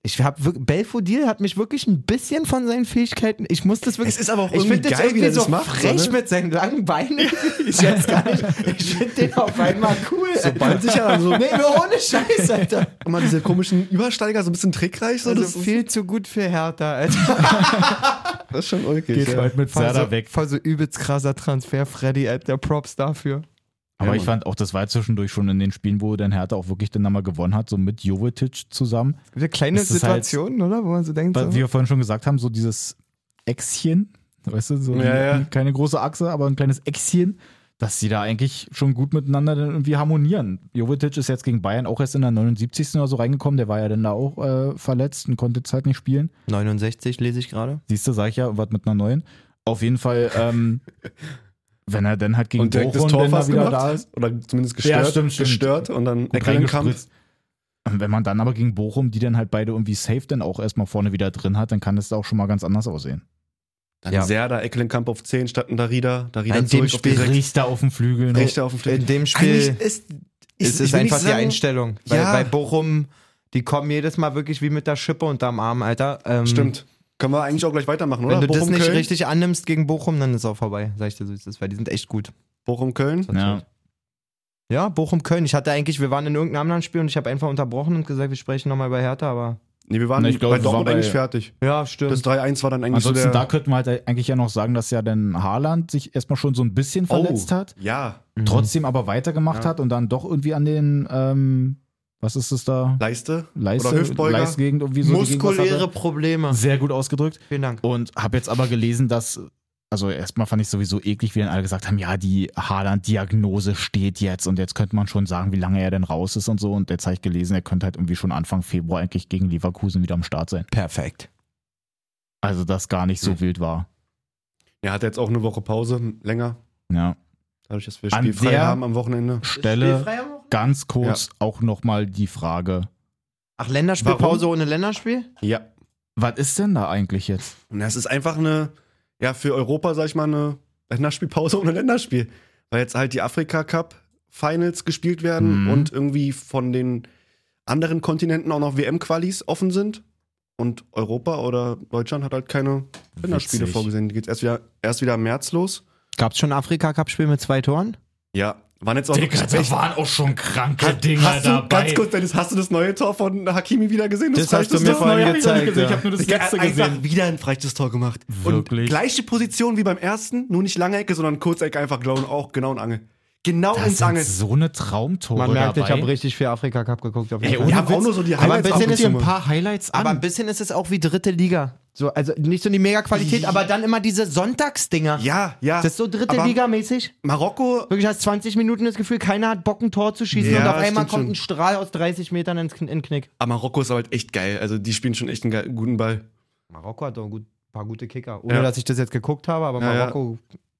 Ich hab wirklich, Belfodil hat mich wirklich ein bisschen von seinen Fähigkeiten. Ich muss das wirklich. Es ist aber auch ich irgendwie finde das geil, irgendwie wie der so das macht, frech so, ne? mit seinen langen Beinen. Ich weiß gar nicht. Ich finde den auf einmal cool. Alter. Sobald sich ja so Nee, nur ohne Scheiß, Alter. immer diese komischen Übersteiger so ein bisschen trickreich so, Also das, ist, viel zu gut für Hertha, Alter. das ist schon ulkig. Geht halt. bald mit Serda so, weg. voll so übelst krasser Transfer, Freddy, Alter. Props dafür. Aber Ja, ich Mann. fand auch, das war zwischendurch schon in den Spielen, wo dann Hertha auch wirklich dann einmal gewonnen hat, so mit Jovetic zusammen. Es gibt ja kleine Es ist halt- Situationen, oder? Wo man so denkt, Weil, so. Wie wir vorhin schon gesagt haben, so dieses Äxchen, weißt du, so Ja, eine- ja. keine große Achse, aber ein kleines Äxchen, dass sie da eigentlich schon gut miteinander dann irgendwie harmonieren. Jovetic ist jetzt gegen Bayern auch erst in der 79. oder so reingekommen, der war ja dann da auch äh, verletzt und konnte jetzt halt nicht spielen. 69 lese ich gerade. Siehst du, sag ich ja, was mit einer neuen. Auf jeden Fall, ähm, wenn er dann halt gegen und direkt das Bochum Tor dann da fast wieder gemacht. da ist. Oder zumindest gestört. Ja, stimmt, stimmt. Gestört und dann gut Ecklen kam. reingespritzt. Und wenn man dann aber gegen Bochum, die dann halt beide irgendwie safe dann auch erstmal vorne wieder drin hat, dann kann das auch schon mal ganz anders aussehen. Dann Ja. Serda, Eckelenkamp auf 10 statt ein Darida. Darida Nein, zurück dem auf die Spiel sechs. Richter auf dem Flügel. noch. Richter auf dem In Flügel. dem Spiel Eigentlich ist, ich- ist ich es will nicht einfach die sagen- Einstellung. Weil Ja. bei Bochum, die kommen jedes Mal wirklich wie mit der Schippe unterm Arm, Alter. Ähm, Stimmt. Können wir eigentlich auch gleich weitermachen, Wenn oder? du das nicht Bochum-Köln? richtig annimmst gegen Bochum, dann ist auch vorbei, sag ich dir so, wie es ist, weil die sind echt gut. Bochum-Köln. Ja. Ja, Bochum-Köln. Ich hatte eigentlich, wir waren in irgendeinem anderen Spiel und ich habe einfach unterbrochen und gesagt, wir sprechen nochmal bei Hertha, aber. Nee, wir waren Na, ich glaub, bei wir waren Dortmund bei- eigentlich fertig. Ja, Das stimmt. 3-1 war dann eigentlich so Ansonsten, der... da könnte man halt eigentlich ja noch sagen, dass ja dann Haaland sich erstmal schon so ein bisschen verletzt hat, Ja, Mhm. trotzdem aber weitergemacht Oh. Mhm. Ja. hat und dann doch irgendwie an den, ähm, was ist es da? Leiste. Leiste, Oder Hüftbeuger. Leistgegend irgendwie so. die Gegenwart Muskuläre hatte. Probleme. Sehr gut ausgedrückt. Vielen Dank. Und habe jetzt aber gelesen, dass, also erstmal fand ich sowieso eklig, wie dann alle gesagt haben, ja, die Haaland-Diagnose steht jetzt und jetzt könnte man schon sagen, wie lange er denn raus ist und so. Und jetzt habe ich gelesen, er könnte halt irgendwie schon Anfang Februar eigentlich gegen Leverkusen wieder am Start sein. Perfekt. Also das gar nicht so Hm. wild war. Er hatte jetzt auch eine Woche Pause, länger. Ja. Dadurch, dass wir An spielfrei der- haben am Wochenende. Stelle ganz kurz auch nochmal die Frage, Ach, Länderspielpause ohne Länderspiel? Ja. was ist denn da eigentlich jetzt? Und das ist einfach eine, ja, für Europa, sag ich mal, eine Länderspielpause ohne Länderspiel. Weil jetzt halt die Afrika Cup Finals gespielt werden Mhm. und irgendwie von den anderen Kontinenten auch noch WM-Qualis offen sind. Und Europa oder Deutschland hat halt keine Länderspiele Witzig. vorgesehen. Die geht's erst wieder, erst wieder im März los. Gab's schon ein Afrika-Cup-Spiel mit zwei Toren? Ja, Waren jetzt auch Digga, wirklich da echt. waren auch schon kranke Hast- Dinger hast du, dabei. Ganz kurz, Dennis, hast du das neue Tor von Hakimi wieder gesehen? Das hast du freies mir Tor? vorhin Neue- hab ich noch nicht gezeigt, gesehen, ja. ich habe nur das Digga, letzte hat einfach gesehen. wieder ein freies Tor gemacht. Und Wirklich? gleiche Position wie beim ersten, nur nicht lange Ecke, sondern Kurzecke einfach genau und auch genau in Angel. Genau Da ins sind Angel. so eine Traumtore Man merkt, dabei. ich habe richtig viel Afrika Cup geguckt. Auf jeden Ey, Fall. ohne Wir haben Witz. auch nur so die Aber ein Highlights bisschen ab und ist zu hier ein mal. paar Highlights Aber ein bisschen ist es auch wie dritte Liga. So, also nicht so die Mega-Qualität, aber dann immer diese Sonntagsdinger. Ja, ja. Das ist so dritte Aber Liga-mäßig. Marokko, Wirklich hast 20 Minuten das Gefühl, keiner hat Bock, ein Tor zu schießen Ja, und auf stimmt einmal kommt schon. ein Strahl aus 30 Metern ins Kn- in den Knick. aber Marokko ist aber halt echt geil. Also die spielen schon echt einen ge- guten Ball. Marokko hat doch ein gut, paar gute Kicker. Ohne Ja. dass ich das jetzt geguckt habe, aber Ja, ja. Marokko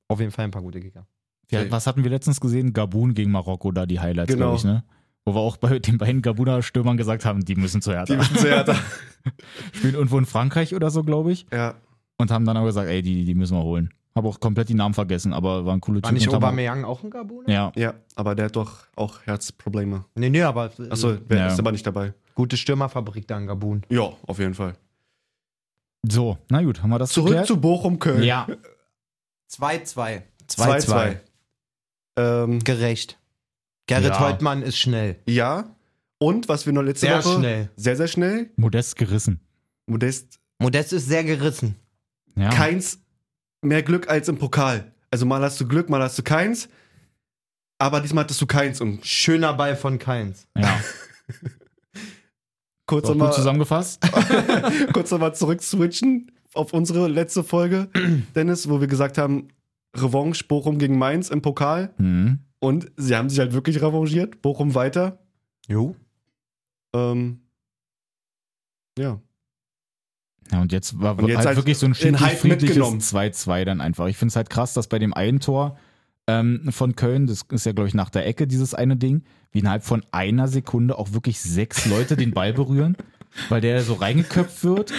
auf jeden Fall ein paar gute Kicker. Ja, was hatten wir letztens gesehen? Gabun gegen Marokko, da die Highlights, Genau. glaube ich, ne? Wo wir auch bei den beiden Gabuner Stürmern gesagt haben, die müssen zu Die Hertha müssen sehr da. spielen. Irgendwo in Frankreich oder so, glaube ich. Ja. Und haben dann aber gesagt, ey, die, die müssen wir holen. Habe auch komplett die Namen vergessen, aber waren coole War nicht und haben- Aubameyang auch ein Gabuner? Ja, ja, aber der hat doch auch Herzprobleme. Nee, nee, aber äh, Achso, wer Ja. ist aber nicht dabei? gute Stürmerfabrik da in Gabun. Ja, auf jeden Fall. so, na gut, haben wir das Zurück geklärt? zu Bochum Köln. Ja, 2-2. 2-2. Ähm, Gerecht. Gerrit Ja. Holtmann ist schnell. ja. Und was wir noch letzte Sehr Woche schnell. sehr, sehr schnell. Modest gerissen. Modest Modest ist sehr gerissen. Ja. keins mehr Glück als im Pokal. Also mal hast du Glück, mal hast du keins. Aber diesmal hattest du keins und Schöner Ball von Keins. ja. kurz Auch gut nochmal zusammengefasst. kurz noch mal zurück switchen auf unsere letzte Folge, Dennis, wo wir gesagt haben, Revanche Bochum gegen Mainz im Pokal. Mhm. Und sie haben sich halt wirklich revanchiert. Bochum weiter. Jo. Ähm, ja. Ja, und jetzt war Und jetzt halt halt wirklich so ein den Hype friedlich- friedliches mitgenommen. 2-2 dann einfach. Ich finde es halt krass, dass bei dem einen Tor ähm, von Köln, das ist ja, glaube ich, nach der Ecke, dieses eine Ding, wie innerhalb von einer Sekunde auch wirklich sechs Leute den Ball berühren, weil der so reingeköpft wird.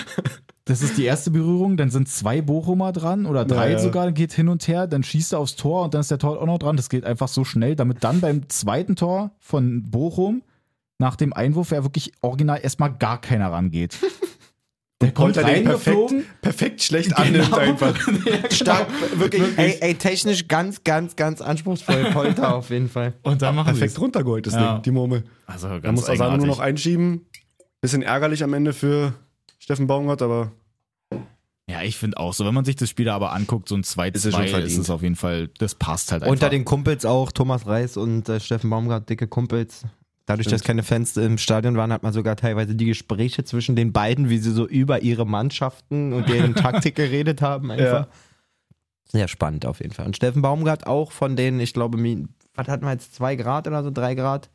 Das ist die erste Berührung, dann sind zwei Bochumer dran oder drei Ja, ja. sogar, dann geht hin und her, dann schießt er aufs Tor und dann ist der Tor auch noch dran. Das geht einfach so schnell, damit dann beim zweiten Tor von Bochum nach dem Einwurf ja wirklich original erstmal gar keiner rangeht. Der kommt Holter den reingeflogen, Genau. perfekt, perfekt schlecht annimmt einfach. Stark, wirklich, Ey, ey, technisch ganz, ganz, ganz anspruchsvoll. Polter auf jeden Fall. Und dann machen Perfekt runtergeholt, das Ja. Ding, die Murmel. Also Da muss Asano nur noch einschieben. Bisschen ärgerlich am Ende für Steffen Baumgart, aber Ja, ich finde auch so, wenn man sich das Spiel da aber anguckt, so ein 2-2 Ist es schon ist, verdient. es auf jeden Fall, das passt halt einfach. Unter den Kumpels auch Thomas Reis und äh, Steffen Baumgart, dicke Kumpels. Dadurch, dass keine Fans im Stadion waren, hat man sogar teilweise die Gespräche zwischen den beiden, wie sie so über ihre Mannschaften und deren Taktik geredet haben. Einfach. Sehr spannend auf jeden Fall. Und Steffen Baumgart auch von denen, ich glaube, mi- was hatten wir jetzt, zwei Grad oder so, drei Grad?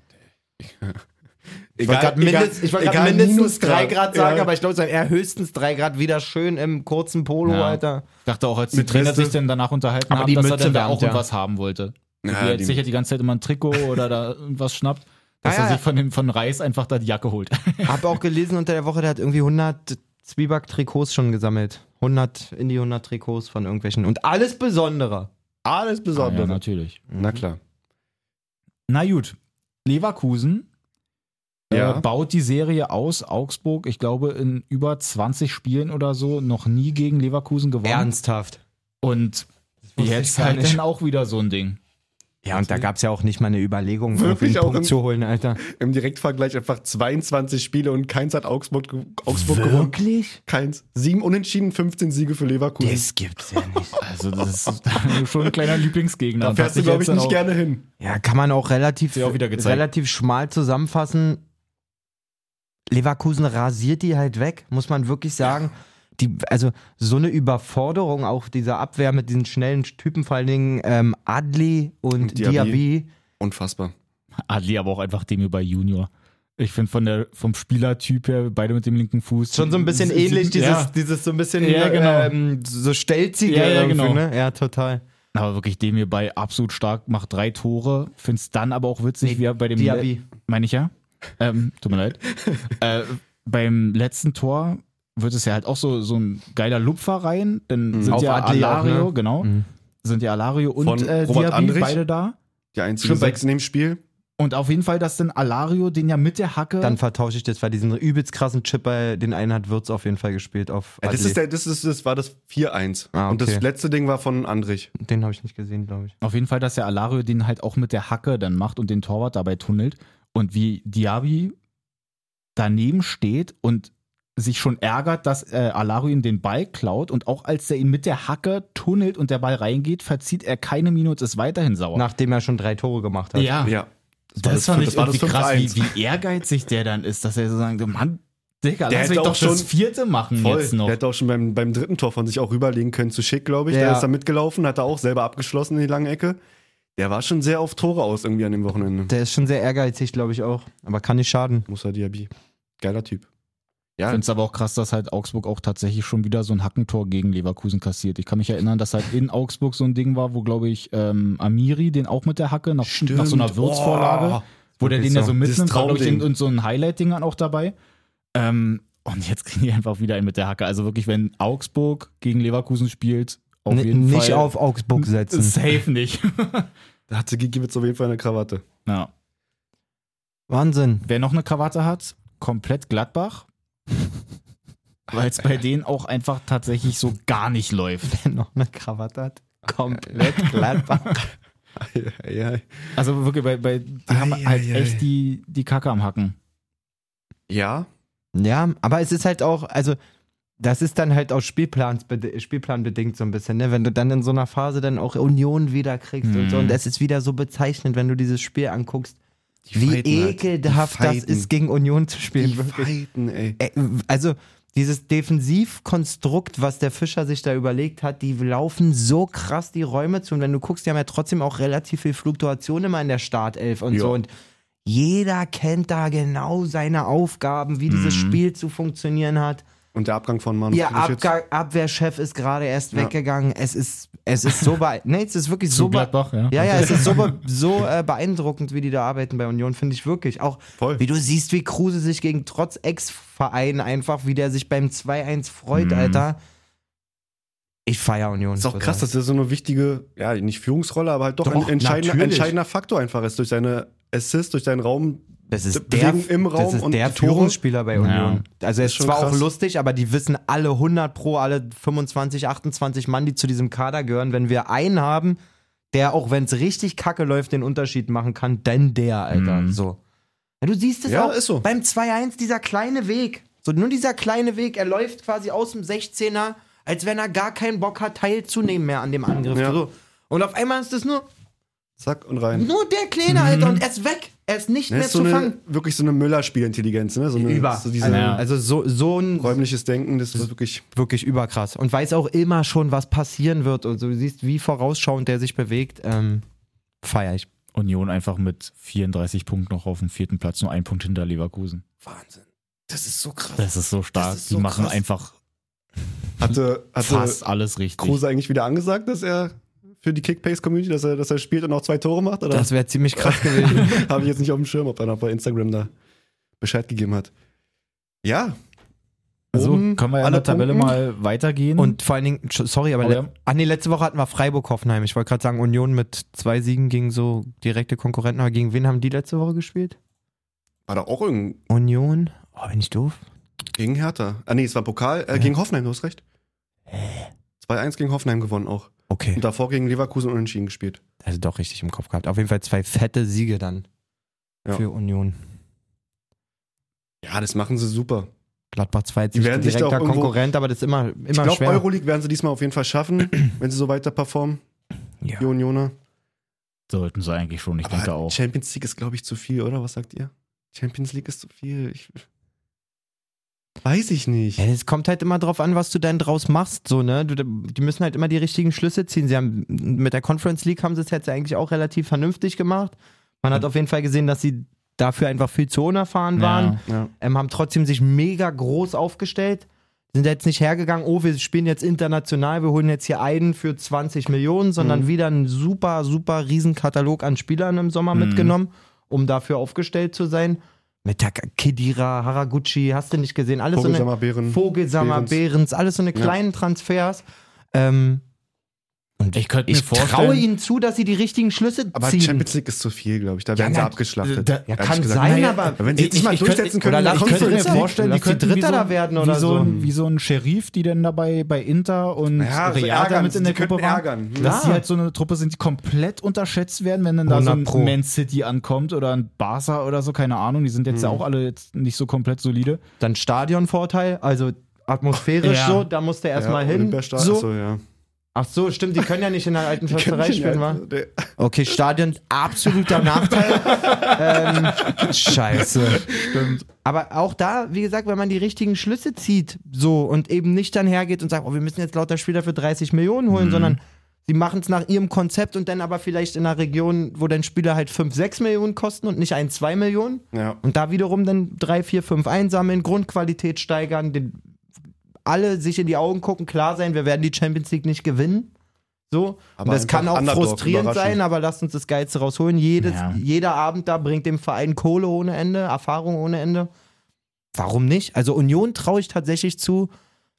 Ich wollte gerade mindest, ich wollte gerade egal, mindestens Minusgrad. drei Grad sagen, Ja. aber ich glaube, es waren eher höchstens drei Grad wieder schön im kurzen Polo, Ja. Alter. Ich dachte auch, als die Mit Trainer Weste. sich dann danach unterhalten Aber haben, die dass er Mütze dann da wärmt, auch ja. irgendwas haben wollte. Ja, Ja, er jetzt die- sicher die ganze Zeit immer ein Trikot oder da irgendwas schnappt, dass Ja, er ja. sich von, dem, von Reis einfach da die Jacke holt. Hab auch gelesen unter der Woche, der hat irgendwie 100 Zwieback-Trikots schon gesammelt. 100, in die 100 Trikots von irgendwelchen. Und alles Besondere. Alles Besondere. natürlich. Na klar. Na gut, Leverkusen Ja. äh, baut die Serie aus. Augsburg, ich glaube, in über 20 Spielen oder so noch nie gegen Leverkusen gewonnen. Ernsthaft. Und wusste ich jetzt gar halt nicht. dann auch wieder so ein Ding. Ja, und da gab es ja auch nicht mal eine Überlegung, irgendwie Wirklich einen auch im- Punkt zu holen, Alter. Im Direktvergleich einfach 22 Spiele und keins hat Augsburg, ge- Augsburg gewonnen. Wirklich? Keins. Sieben Unentschieden, 15 Siege für Leverkusen. Das gibt's ja nicht. Also das ist schon ein kleiner Lieblingsgegner. da Und fährst hast du, dich glaube ich, jetzt dann nicht auch- gerne hin. Ja, kann man auch relativ, Ja, auch wieder gezeigt. relativ schmal zusammenfassen. Leverkusen rasiert die halt weg, muss man wirklich sagen. Die, also so eine Überforderung auch dieser Abwehr mit diesen schnellen Typen, vor allen Dingen ähm, Adli und, Und Diaby. Diaby. Unfassbar. Adli aber auch einfach dem über Junior. Ich finde von der vom Spielertyp her beide mit dem linken Fuß Schon so ein bisschen ähnlich, dieses, Ja, dieses so ein bisschen Ja, genau. ähm, so Stelzige Ja, ja, irgendwie, genau. ne? Ja, total. aber wirklich dem hier bei absolut stark macht drei Tore. Find's dann aber auch witzig, Nee, wie er bei dem Diaby. meine ich ja. Ähm, tut mir leid. äh, beim letzten Tor wird es ja halt auch so, so ein geiler Lupfer rein. Dann sind Mhm. Auf ja Adli auch, Alario, ne? genau. Mhm. Sind ja Alario und Von äh, Robert Diaby Andrich? beide da. Die einzige Stimmt, bei- Sechs in dem Spiel. Und auf jeden Fall, dass dann Alario den ja mit der Hacke. Dann vertausche ich das, weil diesen übelst krassen Chip bei den einen hat Würz auf jeden Fall gespielt. Auf Ja, das, Adli. ist der, das, ist, das war das 4-1. Ah, Und das okay. letzte Ding war von Andrich. den habe ich nicht gesehen, glaube ich. auf jeden Fall, dass der Alario den halt auch mit der Hacke dann macht und den Torwart dabei tunnelt. Und wie Diaby daneben steht und sich schon ärgert, dass äh, Alario ihm den Ball klaut und auch als er ihn mit der Hacke tunnelt und der Ball reingeht, verzieht er keine Minute, ist weiterhin sauer. Nachdem er schon drei Tore gemacht hat. ja, Ja. war Ah, Das, fand ich war irgendwie krass, 5-1. wie, wie ehrgeizig der dann ist, dass er so sagt, Mann, Digga, Der lass hätte mich auch doch das schon- vierte machen Voll. jetzt noch. Der hätte auch schon beim, beim dritten Tor von sich auch rüberlegen können zu Schick, glaube ich. Der Ja. ist da mitgelaufen, hat da auch selber abgeschlossen in die lange Ecke. Der war schon sehr auf Tore aus irgendwie an dem Wochenende. Der ist schon sehr ehrgeizig, glaube ich auch. Aber kann nicht schaden. Musa Diaby. Geiler Typ. Ah. Ich finde es aber auch krass, dass halt Augsburg auch tatsächlich schon wieder so ein Hackentor gegen Leverkusen kassiert. Ich kann mich erinnern, dass halt in Augsburg so ein Ding war, wo, glaube ich, ähm, Amiri den auch mit der Hacke nach, nach so einer Würzvorlage, Oh. wo der wirklich den ja so. so mitnimmt, war, glaube ich, Traumding. in, in so ein Highlight-Ding dann auch dabei. Ähm, und jetzt kriegen die einfach wieder einen mit der Hacke. Also wirklich, wenn Augsburg gegen Leverkusen spielt, auf N- jeden nicht Fall. auf Augsburg setzen. Safe nicht. Da hatte Gigiwitz auf jeden Fall eine Krawatte. ja. Wahnsinn. Wer noch eine Krawatte hat, komplett Gladbach. Weil es bei denen auch einfach tatsächlich so gar nicht läuft. Wer noch eine Krawatte hat, komplett Gladbach. ja, Also wirklich, bei, bei die haben Ei, halt ei, ei. echt die, die Kacke am Hacken. ja, ja, aber es ist halt auch, also das ist dann halt auch Spielplansbede- spielplanbedingt so ein bisschen, ne? Wenn du dann in so einer Phase dann auch Union wieder kriegst und so. Mhm. Und es ist wieder so bezeichnend, wenn du dieses Spiel anguckst, Die wie fighten halt. Die ekelhaft das fighten. ist, gegen Union zu spielen. die wirklich. Feiten, ey. Äh, also dieses Defensivkonstrukt, was der Fischer sich da überlegt hat, die laufen so krass die Räume zu. Und wenn du guckst, die haben ja trotzdem auch relativ viel Fluktuation immer in der Startelf und Ja. so. Und jeder kennt da genau seine Aufgaben, wie dieses Mhm. Spiel zu funktionieren hat. Und der Abgang von Manu Ihr Kilic jetzt. Abga Abwehrchef ist gerade erst Ja. weggegangen. Es ist, es ist so bei. Nee, es ist wirklich so bei. ja. Ja, ja, es ist so, be so äh, beeindruckend, wie die da arbeiten bei Union, finde ich wirklich. Auch Voll. wie du siehst, wie Kruse sich gegen trotz Ex-Verein einfach, wie der sich beim 2-1 freut, Alter. Ich feier Union. Mhm. Ist auch total. krass, dass er so eine wichtige, ja, nicht Führungsrolle, aber halt doch, Doch, ein entscheidender, natürlich. entscheidender Faktor einfach ist. Durch seine Assist, durch seinen Raum. Das ist der, Bewegung im Raum das ist und der die Tore. Führungsspieler bei Union. Also, Ist es ist schon zwar auch krass. lustig, aber die wissen alle 100 Pro, alle 25, 28 Mann, die zu diesem Kader gehören, wenn wir einen haben, der, auch wenn es richtig kacke läuft, den Unterschied machen kann, dann der, Alter. Mhm. So. Ja, du siehst es Ja, auch ist so. beim 2-1, dieser kleine Weg. So, nur dieser kleine Weg, er läuft quasi aus dem 16er, als wenn er gar keinen Bock hat, teilzunehmen mehr an dem Angriff. Ja. So. Und auf einmal ist es nur, Zack und rein. nur der Kleine, Alter, und er ist weg. Er ist nicht Das mehr ist so Mhm. zu fangen. eine, wirklich so eine Müller-Spielintelligenz, ne? So eine, Über. So diese also, Ja. also so, so ein räumliches Denken, das ist wirklich. wirklich überkrass. Und weiß auch immer schon, was passieren wird. Und so, du siehst, wie vorausschauend der sich bewegt. Ähm, feier ich. Union einfach mit 34 Punkten noch auf dem vierten Platz, nur ein Punkt hinter Leverkusen. Wahnsinn. Das ist so krass. Das ist so stark. ist so die krass. machen Also einfach Hatte, hatte fast alles richtig. Kruse eigentlich wieder angesagt, dass er für die Kickbase-Community, dass er, dass er spielt und auch zwei Tore macht? Oder Das wäre ziemlich krass gewesen. habe ich jetzt nicht auf dem Schirm, ob einer bei Instagram da Bescheid gegeben hat? Ja. Also Oben können wir ja in alle der Tabelle Punkten. mal weitergehen. Und vor allen Dingen, tsch- sorry, aber Oh, le- ja. ah, nee, letzte Woche hatten wir Freiburg-Hoffenheim. Ich wollte gerade sagen, Union mit zwei Siegen gegen so direkte Konkurrenten. Aber gegen wen haben die letzte Woche gespielt? War da auch irgendein Union? Oh, bin ich doof? gegen Hertha. Ah, nee, es war Pokal äh, Ja. gegen Hoffenheim, du hast recht. 2-1 gegen Hoffenheim gewonnen auch. Okay, Und davor gegen Leverkusen unentschieden gespielt. also doch richtig im Kopf gehabt. Auf jeden Fall zwei fette Siege dann Ja. für Union. Ja, das machen sie super. Gladbach 2 ist Die werden sich da auch direkter irgendwo- Konkurrent, aber das ist immer, immer ich glaube, schwer. Euroleague werden sie diesmal auf jeden Fall schaffen, wenn sie so weiter performen, ja. die Unioner. sollten sie eigentlich schon, ich Aber denke auch. Champions League ist, glaube ich, zu viel, oder? Was sagt ihr? Champions League ist zu viel. Ich weiß ich nicht. Ja, es kommt halt immer drauf an, was du dann draus machst, so, ne? Du, die müssen halt immer die richtigen Schlüsse ziehen. Sie haben mit der Conference League haben sie es jetzt eigentlich auch relativ vernünftig gemacht. Man hat auf jeden Fall gesehen, dass sie dafür einfach viel zu unerfahren waren, Ja. Ja. ähm, haben trotzdem sich mega groß aufgestellt, sind jetzt nicht hergegangen, oh, wir spielen jetzt international, wir holen jetzt hier einen für 20 Millionen, sondern Mhm. wieder einen super, super riesen Katalog an Spielern im Sommer Mhm. mitgenommen, um dafür aufgestellt zu sein. Mit Taka- Kedira, Haraguchi, hast du nicht gesehen, alles so eine Vogelsammer Bären. Vogelsammer, Behrens. Behrens, alles so eine Ja. kleinen Transfers. Ähm, Und Ich könnte mir ich traue vorstellen, ihnen zu, dass sie die richtigen Schlüsse Aber ziehen. Champions League ist zu viel, glaube ich. Da werden sie na, abgeschlachtet. da- ja, ehrlich kann gesagt. sein, Naja, aber- wenn sie jetzt nicht mal ich- ich durchsetzen könnte- können, oder dann lass- kommen ich sie könnte ins mir League. vorstellen, die könnten wie so ein- wie wie so so. ein- Ein, wie so ein Sheriff, die dann dabei bei Inter und Ja, so Real ärgern, damit in die der könnten Gruppe waren, ärgern. dass Ja. sie halt so eine Truppe sind, die komplett unterschätzt werden, wenn dann da 100 so ein Pro. Man City ankommt oder ein Barca oder so, keine Ahnung, die sind jetzt Hm. ja auch alle jetzt nicht so komplett solide. Dann Stadionvorteil, also atmosphärisch Ja. so, da musst du erstmal Ja, hin. Olympiastadion, also So. Achso, ja. Ach so, stimmt, die können ja nicht in der alten Försterei spielen, wa? Nee. Okay, Stadion, absoluter Nachteil. ähm, scheiße. Stimmt. Aber auch da, wie gesagt, wenn man die richtigen Schlüsse zieht, so und eben nicht dann hergeht und sagt, oh, wir müssen jetzt lauter Spieler für 30 Millionen holen, sondern sie machen es nach ihrem Konzept und dann aber vielleicht in einer Region, wo dann Spieler halt 5, 6 Millionen kosten und nicht ein, 2 Millionen. Ja. Und da wiederum dann 3, 4, 5 einsammeln, Grundqualität steigern, den, alle sich in die Augen gucken, klar sein, wir werden die Champions League nicht gewinnen. So. Aber und das einfach kann auch Underdog frustrierend überraschen. sein, aber lasst uns das Geilste rausholen. Jedes, Ja. Jeder Abend da bringt dem Verein Kohle ohne Ende, Erfahrung ohne Ende. Warum nicht? Also Union traue ich tatsächlich zu,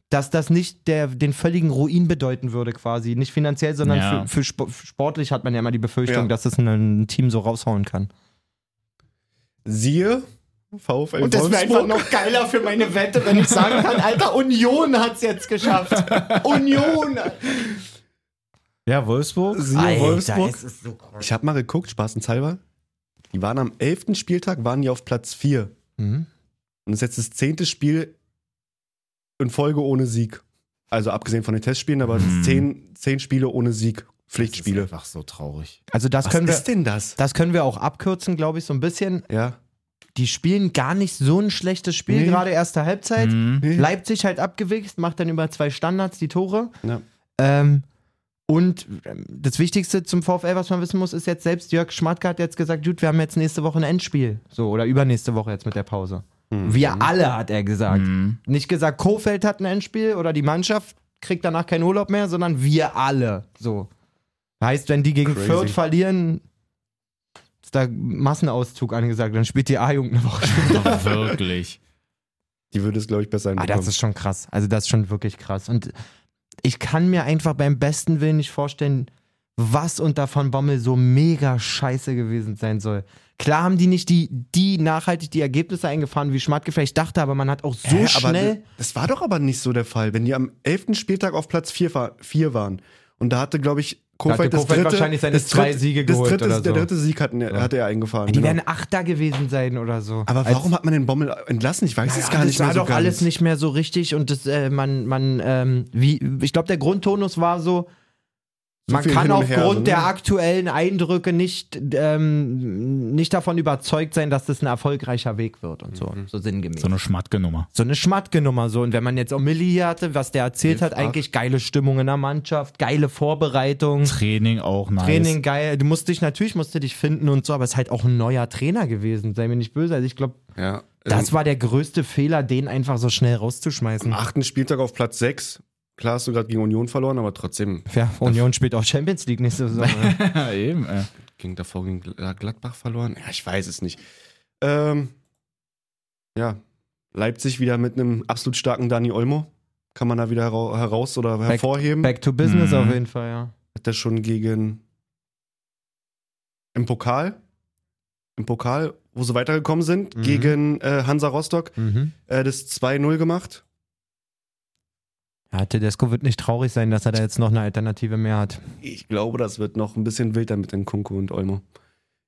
dass das nicht der, den völligen Ruin bedeuten würde quasi. Nicht finanziell, sondern Ja. für, für, spo- für sportlich hat man ja immer die Befürchtung, Ja. dass das ein, ein Team so raushauen kann. Siehe, VfL Und das wäre einfach Wolfsburg. noch geiler für meine Wette, wenn ich sagen kann, Alter, Union hat's jetzt geschafft. Union! Ja, Wolfsburg. Siehe Wolfsburg. ist so krass. Ich habe mal geguckt, spaßenshalber. Die waren am 11. Spieltag, waren die auf Platz 4. Und Mhm. das ist jetzt das zehnte Spiel in Folge ohne Sieg. Also abgesehen von den Testspielen, aber Hm. zehn, zehn Spiele ohne Sieg. Das Pflichtspiele. ist einfach so traurig. Also das können, wir, denn das? das können wir auch abkürzen, glaube ich, so ein bisschen. Ja. Die spielen gar nicht so ein schlechtes Spiel, Nee. gerade erste Halbzeit. Mhm. Nee. Leipzig halt abgewichst, macht dann über zwei Standards die Tore. ja. Ähm, und ähm, das Wichtigste zum VfL, was man wissen muss, ist jetzt selbst Jörg Schmatke hat jetzt gesagt, gut, wir haben jetzt nächste Woche ein Endspiel. So, oder übernächste Woche jetzt mit der Pause. Mhm. Wir alle, hat er gesagt. Mhm. Nicht gesagt, Kofeld hat ein Endspiel oder die Mannschaft kriegt danach keinen Urlaub mehr, sondern wir alle. So. Heißt, wenn die gegen Crazy. Fürth verlieren, ist da Massenauszug angesagt, dann spielt die A-Jugend eine Woche später. Wirklich. Die würde es, glaube ich, besser Ah, das ist schon krass. Also das ist schon wirklich krass. Und ich kann mir einfach beim besten Willen nicht vorstellen, was unter Van Bommel so mega scheiße gewesen sein soll. Klar haben die nicht die, die nachhaltig die Ergebnisse eingefahren, wie Schmatke vielleicht dachte, aber man hat auch so Hä, aber ne, schnell... Das war doch aber nicht so der Fall. Wenn die am 11. Spieltag auf Platz 4 war, vier waren und da hatte, glaube ich, Kofeld, Da hatte das Kofeld dritte, wahrscheinlich seine das zwei dritte- Siege das geholt dritte, oder Der so. dritte Sieg hatten, hatte er eingefahren. Die genau. werden Achter gewesen sein oder so. Aber Als- warum hat man den Bommel entlassen? Ich weiß es Ja, gar das nicht war mehr so doch ganz. alles nicht mehr so richtig und das, äh, man, man, ähm, wie, ich glaube, der Grundtonus war so, So man viel kann hin und aufgrund her, so, ne? der aktuellen Eindrücke nicht, ähm, nicht davon überzeugt sein, dass das ein erfolgreicher Weg wird und Mhm. so, so sinngemäß. So eine Schmatke-Nummer. So eine Schmatke-Nummer so. Und wenn man jetzt auch Milli hier hatte, was der erzählt hat, Ach. eigentlich geile Stimmung in der Mannschaft, geile Vorbereitung. Training auch nice. Hm. Training geil. Du musst dich natürlich musst du dich finden und so, aber es ist halt auch ein neuer Trainer gewesen. Sei mir nicht böse. Also ich glaube, Ja. das Das war der größte Fehler, den einfach so schnell rauszuschmeißen. am achten Spieltag auf Platz 6. Klar hast du gerade gegen Union verloren, aber trotzdem Ja, Union spielt auch Champions League nächste Saison. Ja, eben. Äh. ging davor gegen Gl- Gladbach verloren. Ja, ich weiß es nicht. Ähm, ja, Leipzig wieder mit einem absolut starken Dani Olmo. Kann man da wieder herau- heraus oder hervorheben. Back to business Mhm. auf jeden Fall, ja. Hat er schon gegen im Pokal, im Pokal, wo sie weitergekommen sind, Mhm. gegen äh, Hansa Rostock äh, das 2-0 gemacht. Ja, Tedesco wird nicht traurig sein, dass er da jetzt noch eine Alternative mehr hat. Ich glaube, das wird noch ein bisschen wilder mit den Kunku und Olmo.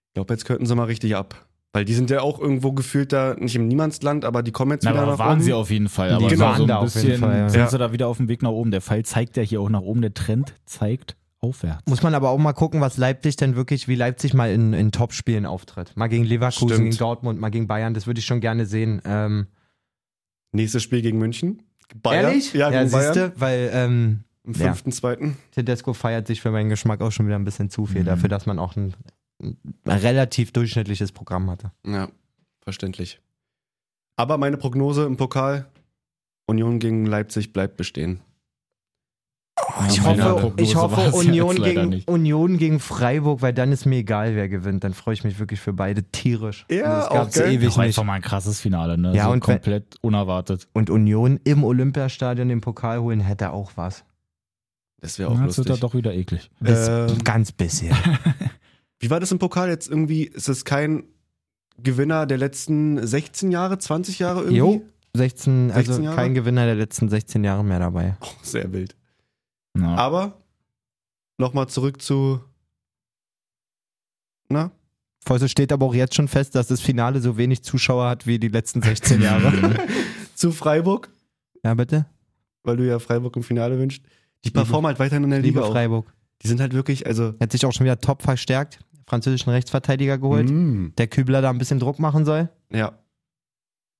Ich glaube, jetzt könnten sie mal richtig ab. Weil die sind ja auch irgendwo gefühlt da, nicht im Niemandsland, aber die kommen jetzt Na, wieder aber nach waren oben. sie auf jeden Fall. Die Aber waren so da ein auf jeden bisschen Fall, ja. sind Ja. sie da wieder auf dem Weg nach oben. Der Fall zeigt ja hier auch nach oben. Der Trend zeigt aufwärts. Muss man aber auch mal gucken, was Leipzig denn wirklich, wie Leipzig mal in, in Top-Spielen auftritt. Mal gegen Leverkusen, Stimmt. gegen Dortmund, mal gegen Bayern, das würde ich schon gerne sehen. Ähm, Nächstes Spiel gegen München. Bayern. Ehrlich? Ah, Ja, gegen Bayern. siehste, weil ähm, Am Ja. 5.2. Tedesco feiert sich für meinen Geschmack auch schon wieder ein bisschen zu viel, Mhm. dafür, dass man auch ein, ein relativ durchschnittliches Programm hatte. Ja. verständlich. Aber meine Prognose im Pokal, Union gegen Leipzig bleibt bestehen. Ich Ja, meine hoffe, Prognose ich war hoffe es Union, jetzt leider gegen, nicht. Union gegen Freiburg, weil dann ist mir egal, wer gewinnt. Dann freue ich mich wirklich für beide tierisch. Also Ja, das gab's auch geil. ewig Auch nicht. einfach mal ein krasses Finale, ne? Ja, so und wenn- komplett unerwartet. Und Union im Olympiastadion den Pokal holen, hätte auch was. Das wäre auch Ja, das lustig. wird da doch wieder eklig. Bis, Ähm, ganz bisschen. Wie war das im Pokal jetzt irgendwie? Ist es kein Gewinner der letzten 16 Jahre, 20 Jahre irgendwie? Jo, 16, 16 also Jahre? kein Gewinner der letzten 16 Jahre mehr dabei. Oh, sehr wild. Na, Ah. Aber nochmal zurück zu. Na? Fäuste steht aber auch jetzt schon fest, dass das Finale so wenig Zuschauer hat wie die letzten 16 Jahre. Zu Freiburg, ja, bitte? weil du ja Freiburg im Finale wünschst. Die performen halt weiterhin in der Liebe Liga auch. Freiburg. Die sind halt wirklich, also. Hat sich auch schon wieder top verstärkt. Französischen Rechtsverteidiger geholt. Mm, Der Kübler da ein bisschen Druck machen soll. ja.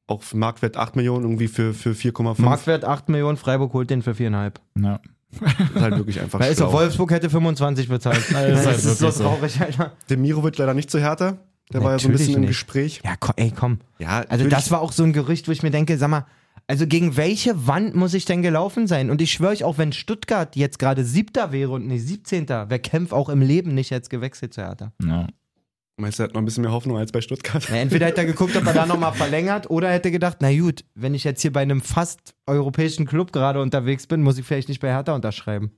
Auch für Marktwert 8 Millionen irgendwie für, für 4,5. Marktwert 8 Millionen, Freiburg holt den für 4,5. na. ist halt wirklich einfach Weil ist schlau. auch Wolfsburg hätte 25 bezahlt. ist halt das ist so wirklich so. traurig, Alter. Demirovic leider nicht zu Hertha. Der war ja so ein Natürlich bisschen im nicht. Gespräch. Ja, ko- ey, komm. Ja, Also natürlich- das war auch so ein Gerücht, wo ich mir denke, sag mal, also gegen welche Wand muss ich denn gelaufen sein? Und ich schwöre euch, auch wenn Stuttgart jetzt gerade Siebter wäre und nicht Siebzehnter, wer kämpft auch im Leben nicht jetzt gewechselt zu Hertha? na. Meinst du, er hat noch ein bisschen mehr Hoffnung als bei Stuttgart? Na, entweder hätte er geguckt, ob er da nochmal verlängert oder hätte gedacht, na gut, wenn ich jetzt hier bei einem fast europäischen Club gerade unterwegs bin, muss ich vielleicht nicht bei Hertha unterschreiben.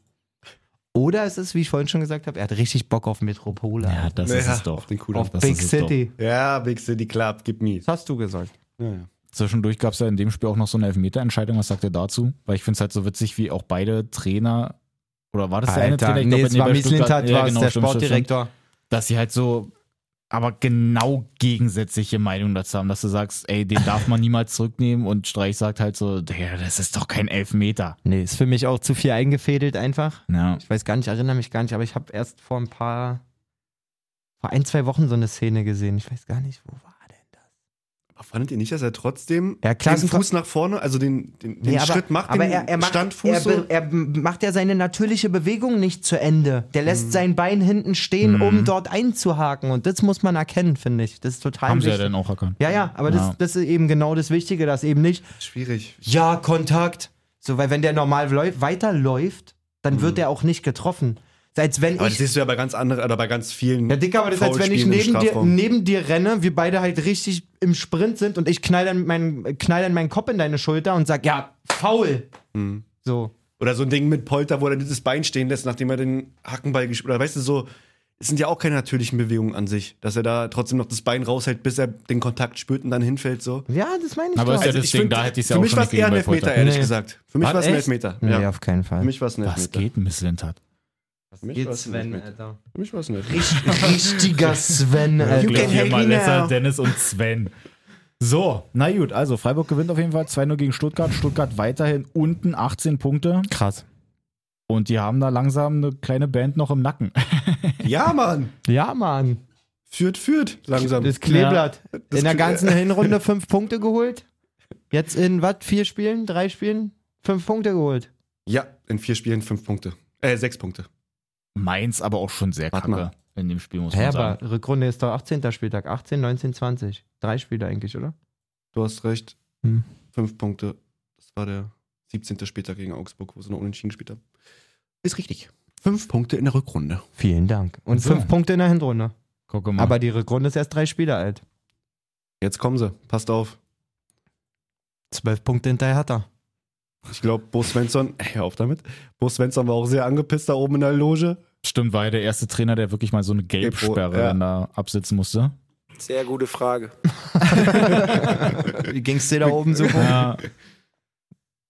Oder es ist, wie ich vorhin schon gesagt habe, er hat richtig Bock auf Metropole. Ja, das ist es doch. Auf den Kudamm. auf das Big ist es City. Ja, Big City Club, gib mir. Das hast du gesagt. Ja, Zwischendurch gab es ja in dem Spiel auch noch so eine Elfmeterentscheidung. Was sagt ihr dazu? Weil ich finde es halt so witzig, wie auch beide Trainer oder war das der eine Trainer? Ich nee, glaube, es war bei Mies Stuttgart- Lintat, Ja, war es genau, der stimmt, stimmt, stimmt. Sportdirektor. dass sie halt so aber genau gegensätzliche Meinungen dazu haben, dass du sagst, ey, den darf man niemals zurücknehmen und Streich sagt halt so, Digga, das ist doch kein Elfmeter. Nee, ist für mich auch zu viel eingefädelt einfach. Ja. Ich weiß gar nicht, erinnere mich gar nicht, aber ich habe erst vor ein paar, vor ein, zwei Wochen so eine Szene gesehen. Ich weiß gar nicht, wo war denn das? Aber fandet ihr nicht, dass er trotzdem Ja, klar, den es war- Fuß nach vorne, also den, den, den Nee, aber- Schritt macht, aber den er, er macht, Standfuß er, so? be- er m- macht ja seine natürliche Bewegung nicht zu Ende. Der Mhm. lässt sein Bein hinten stehen, um Mhm. dort einzuhaken. Und das muss man erkennen, finde ich. Das ist total Haben sie ja wichtig. dann auch erkannt. ja, ja, aber Ja. Das, das ist eben genau das Wichtige, dass eben nicht, Schwierig. ja, Kontakt. So, weil wenn der normal läu- weiterläuft, dann wird er auch nicht getroffen. So, Als wenn Mhm. Aber das ich siehst du ja bei ganz anderen, oder bei ganz vielen. Ja, Dicker, aber das ist, als wenn ich Foulspielen im neben dir, Strafraum. neben dir renne, wir beide halt richtig im Sprint sind und ich knall dann, meinen knall dann meinen Kopf in deine Schulter und sag, ja, faul. Mhm. So. Oder so ein Ding mit Polter, wo er dieses Bein stehen lässt, nachdem er den Hackenball gespielt hat. Oder weißt du, so, es sind ja auch keine natürlichen Bewegungen an sich, dass er da trotzdem noch das Bein raushält, bis er den Kontakt spürt und dann hinfällt, so. Also Ja, das meine ich Aber doch. ist ja das ich Ding, find, da hätte ich's ja Für auch mich schon war es eher ein gegeben bei Elfmeter, Polter. ehrlich Nee. gesagt. Für mich Was, war es ein echt? Elfmeter. nee, Ja. auf keinen Für Fall. mich war es ein Was Elfmeter. geht, Miss Lindhardt? Was mich war's ein Elfmeter. Alter. Für mich war es ein Elfmeter. Richtiger Sven, Alter. can hate me now. Dennis und Sven. So, na gut, also Freiburg gewinnt auf jeden Fall 2-0 gegen Stuttgart. Stuttgart weiterhin unten 18 Punkte Krass. und die haben da langsam eine kleine Band noch im Nacken. Ja, Mann! Ja, Mann. Führt, führt, langsam. Das Kleeblatt. Das in der Kle- ganzen Hinrunde fünf Punkte geholt. Jetzt in was? Vier Spielen? Drei Spielen? Fünf Punkte geholt. Ja, in vier Spielen fünf Punkte. Äh, sechs Punkte. Mainz aber auch schon sehr Warte kacke mal. in dem Spiel, muss Hä, man aber sagen. Rückrunde ist doch 18. Spieltag. 18, 19, 20. Drei Spiele eigentlich, oder? Du hast recht. Hm. Fünf Punkte. Das war der 17. Spieltag gegen Augsburg, wo sie noch unentschieden gespielt haben. Ist richtig. Fünf Punkte in der Rückrunde. Vielen Dank. Und So. fünf Punkte in der Hinrunde. Guck mal. Aber die Rückrunde ist erst drei Spiele alt. Jetzt kommen sie. Passt auf. Zwölf Punkte hinterher hat er. Ich glaube, Bo Svensson, hör auf damit. Bo Svensson war auch sehr angepisst da oben in der Loge. Stimmt, war ja der erste Trainer, der wirklich mal so eine Gelbsperre ja. dann da absitzen musste. Sehr gute Frage. Wie ging's dir da oben so? Ja,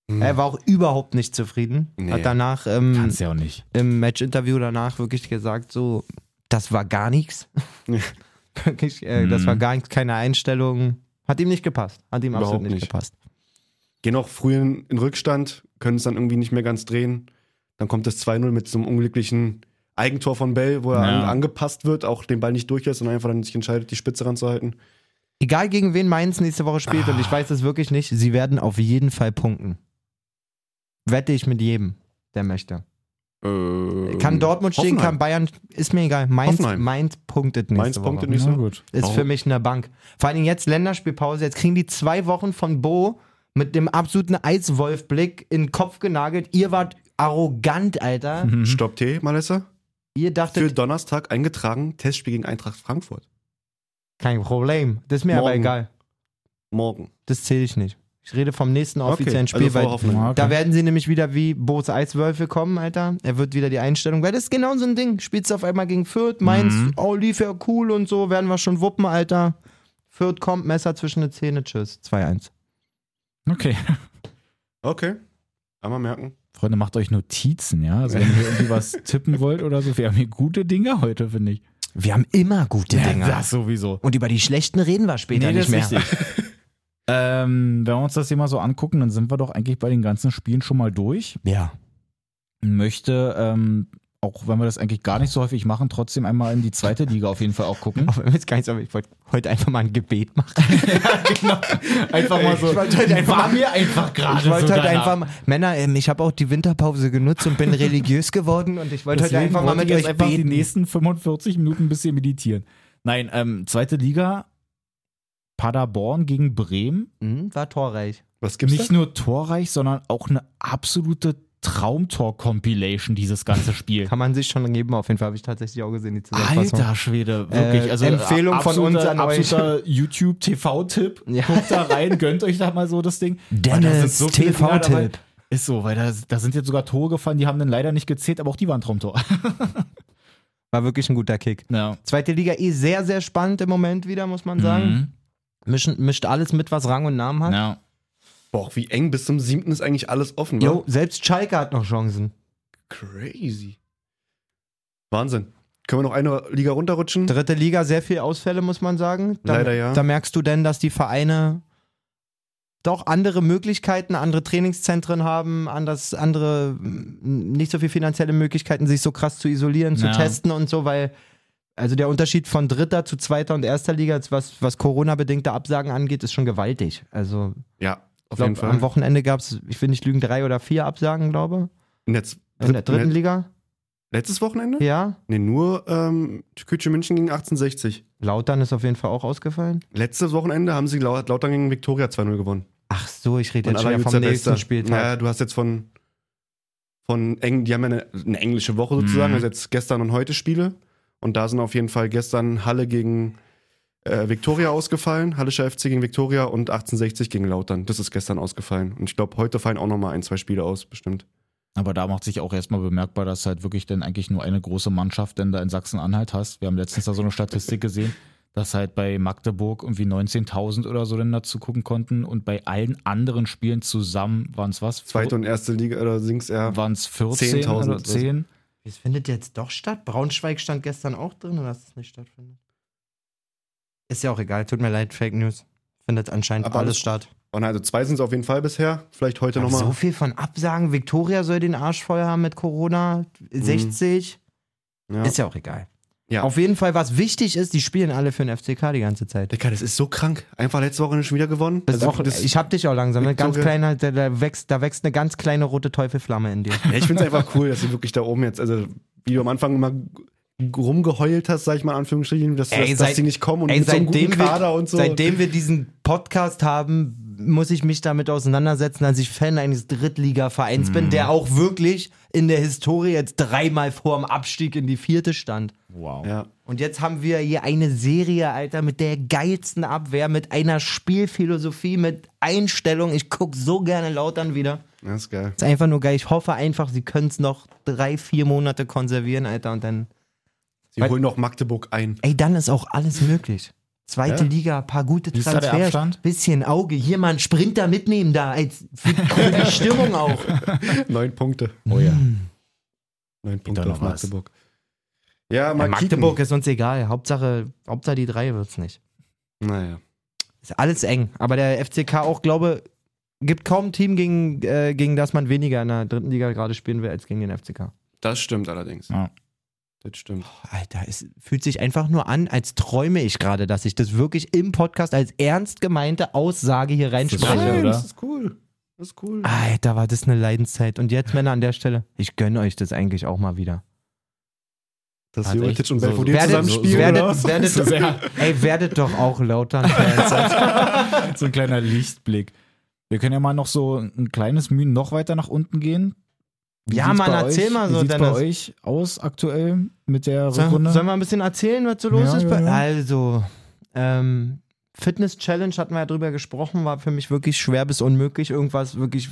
Er war auch überhaupt nicht zufrieden. Nee. Hat danach ähm, kannst ja auch nicht. im Match-Interview danach wirklich gesagt, so, das war gar nichts. Ja. Wirklich, äh, das Mhm. war gar nichts, keine Einstellung. Hat ihm nicht gepasst. Hat ihm absolut Überhaupt nicht, nicht. gepasst. Gehen auch früh in, in Rückstand, können es dann irgendwie nicht mehr ganz drehen. Dann kommt das 2-0 mit so einem unglücklichen Eigentor von Bell, wo er Ja. an, angepasst wird, auch den Ball nicht durchlässt und einfach dann sich entscheidet, die Spitze ranzuhalten. Egal gegen wen Mainz nächste Woche spielt, und ich weiß es wirklich nicht, sie werden auf jeden Fall punkten. Wette ich mit jedem, der möchte. Kann Dortmund stehen, kann Äh, Hoffenheim. Bayern, ist mir egal. Mainz, Hoffenheim. Mainz punktet nächste Mainz Woche. punktet nicht so. gut. Ist Warum? für mich eine Bank. Vor allen Dingen jetzt Länderspielpause. Jetzt kriegen die zwei Wochen von Bo mit dem absoluten Eiswolfblick in den Kopf genagelt. Ihr wart arrogant, Alter. Mhm. Stopp T, Malessa. Ihr Für dachtet, Donnerstag eingetragen, Testspiel gegen Eintracht Frankfurt. kein Problem. Das ist mir aber Morgen. egal. Morgen. Das zähle ich nicht. Ich rede vom nächsten offiziellen also Spiel, vor weil Hoffenheim. Ja. da werden sie nämlich wieder wie Boos Eiswölfe kommen, Alter. Er wird wieder die Einstellung, weil das ist genau so ein Ding. Spielst du auf einmal gegen Fürth, meinst, oh, lief ja cool und so, werden wir schon wuppen, Alter. Fürth kommt, Messer zwischen die Zähne, tschüss. 2-1. Okay. Okay. Einmal merken. Freunde, macht euch Notizen, ja? Also wenn ihr irgendwie was tippen wollt oder so. Wir haben hier gute Dinge heute, finde ich. Wir haben immer gute Dinger. das sowieso. Und über die schlechten reden wir später Nee, das nicht mehr. ist Ähm, wenn wir uns das hier mal so angucken, dann sind wir doch eigentlich bei den ganzen Spielen schon mal durch. Ja. Möchte, ähm, auch wenn wir das eigentlich gar nicht so häufig machen, trotzdem einmal in die zweite Liga auf jeden Fall auch gucken. Auch wenn wir jetzt gar nicht so, ich wollte heute einfach mal ein Gebet machen. Einfach mal so. Ich wollte heute einfach war mal- mir einfach gerade ich wollte so heute danach. einfach mal, Männer, ähm, ich habe auch die Winterpause genutzt und bin religiös geworden und ich wollte heute Deswegen einfach mal wollte mit ich jetzt euch einfach die beten. nächsten 45 Minuten ein bisschen meditieren. Nein, ähm, zweite Liga, Paderborn gegen Bremen. Hm, war torreich. Was gibt's Nicht nur torreich, sondern auch eine absolute Traumtor-Compilation, dieses ganze Spiel. Kann man sich schon geben, auf jeden Fall habe ich tatsächlich auch gesehen, die Zusammenfassung. Alter Schwede, wirklich. Äh, also Empfehlung von absoluter- uns an euch. absoluter YouTube-TV-Tipp. Ja. Guckt da rein, gönnt euch da mal so das Ding. Weil da sind Dennis, so viele Dinger TV-Tipp. dabei. Ist so, weil da, da sind jetzt sogar Tore gefallen, die haben dann leider nicht gezählt, aber auch die waren Traumtor. War wirklich ein guter Kick. Ja. Zweite Liga eh sehr, sehr spannend im Moment wieder, muss man sagen. Mhm. Mischen, mischt alles mit, was Rang und Namen hat. ja. Boah, wie eng. Bis zum siebten ist eigentlich alles offen. wa? Jo, selbst Schalke hat noch Chancen. Crazy. Wahnsinn. Können wir noch eine Liga runterrutschen? Dritte Liga sehr viel Ausfälle, muss man sagen. Da, Leider ja. Da merkst du denn, dass die Vereine doch andere Möglichkeiten, andere Trainingszentren haben, anders, andere m, nicht so viel finanzielle Möglichkeiten, sich so krass zu isolieren, zu Ja. testen und so, weil also der Unterschied von dritter zu zweiter und erster Liga, jetzt was, was Corona-bedingte Absagen angeht, ist schon gewaltig. Also Ja, auf glaub, jeden Fall. am Wochenende gab es, ich will nicht lügen, drei oder vier Absagen, glaube Und jetzt- ich. Also In der dritten Let- Liga. Letztes Wochenende? Ja. Nee, nur ähm, Küche München gegen 1860. Lautern ist auf jeden Fall auch ausgefallen. Letztes Wochenende haben sie Lau- Lautern gegen Viktoria 2-0 gewonnen. Ach so, ich rede Und jetzt schon wieder Alain vom Jutzer nächsten Bester. Spieltag. Ja, du hast jetzt von, von Eng, die haben ja eine, eine englische Woche sozusagen, Mhm. also jetzt gestern und heute Spiele. Und da sind auf jeden Fall gestern Halle gegen äh, Viktoria ausgefallen, Hallischer FC gegen Viktoria und 1860 gegen Lautern. Das ist gestern ausgefallen. Und ich glaube, heute fallen auch nochmal ein, zwei Spiele aus, bestimmt. Aber da macht sich auch erstmal bemerkbar, dass halt wirklich dann eigentlich nur eine große Mannschaft denn da in Sachsen-Anhalt hast. Wir haben letztens da so eine Statistik gesehen, dass halt bei Magdeburg irgendwie 19.000 oder so denn dazu gucken konnten und bei allen anderen Spielen zusammen waren es was? Zweite und erste Liga oder Sings er. waren es 14 10.000 oder oder so. 10? Es findet jetzt doch statt. Braunschweig stand gestern auch drin, oder dass es nicht stattfindet. Ist ja auch egal, tut mir leid, Fake News. Findet anscheinend Aber alles das- statt. Und also zwei sind es auf jeden Fall bisher. Vielleicht heute Aber nochmal. so viel von Absagen. Victoria soll den Arsch voll haben mit Corona. 60. Mhm. Ja. Ist ja auch egal. Ja. Auf jeden Fall, was wichtig ist, die spielen alle für den FCK die ganze Zeit. Digga, das ist so krank. Einfach letzte Woche schon wieder gewonnen. Das ist Also, auch, das- ich hab dich auch langsam. Ne? Ganz Victoria- kleiner, da, da, wächst, da wächst eine ganz kleine rote Teufelflamme in dir. Ja, ich finde es einfach cool, dass sie wirklich da oben jetzt, also wie du am Anfang immer g- rumgeheult hast, sag ich mal in Anführungsstrichen, dass, Ey, dass, dass seit- sie nicht kommen und Ey, mit so einem guten seitdem, Kader wir, und so. seitdem wir diesen Podcast haben, muss ich mich damit auseinandersetzen, dass ich Fan eines Drittligavereins bin, der auch wirklich in der Historie jetzt dreimal vor dem Abstieg in die vierte stand. Wow. ja. Und jetzt haben wir hier eine Serie, Alter, mit der geilsten Abwehr, mit einer Spielphilosophie, mit Einstellung. Ich guck so gerne Lautern wieder. ja, ist geil. Ist einfach nur geil. Ich hoffe einfach, sie können es noch drei, vier Monate konservieren, Alter, und dann Sie Weil- holen noch Magdeburg ein. Ey, dann ist auch alles möglich. Zweite Ja. Liga, paar gute Wie ist da der Transfers, Abstand? bisschen Auge, hier mal einen Sprinter mitnehmen da, als für für die Stimmung auch. Hm. Neun Punkte. Oh ja. Neun da Punkte noch auf was? Magdeburg. Ja, Ja, mal Magdeburg ist uns egal, Hauptsache, Hauptsache die drei wird's nicht. Kicken. Naja. Ist alles eng, aber der FCK auch, glaube, gibt kaum ein Team, gegen, äh, gegen das man weniger in der dritten Liga gerade spielen will, als gegen den FCK. Das stimmt allerdings. Ja. Das stimmt. Alter, es fühlt sich einfach nur an, als träume ich gerade, dass ich das wirklich im Podcast als ernst gemeinte Aussage hier ist reinspreche. Nein, oder? das ist cool. Das ist cool. Alter, war das eine Leidenszeit. Und jetzt, Männer, an der Stelle, ich gönne euch das eigentlich auch mal wieder. Dass Hat echt Jovetic und so- Belfodil so- zusammen so- so- spielen, werdet, oder was? werdet, So sehr- ey, werdet doch auch Lautern-Fans. so ein kleiner Lichtblick. Wir können ja mal noch so ein kleines Mühen noch weiter nach unten gehen. Ja, sieht's Mann, bei erzähl euch, mal so, Wie sieht's bei Dennis. euch aus aktuell mit der Sollen Rückrunde? soll wir ein bisschen erzählen, was so los Ja, ist? ja, ja. Also, ähm, Fitness-Challenge hatten wir ja drüber gesprochen, war für mich wirklich schwer bis unmöglich, irgendwas wirklich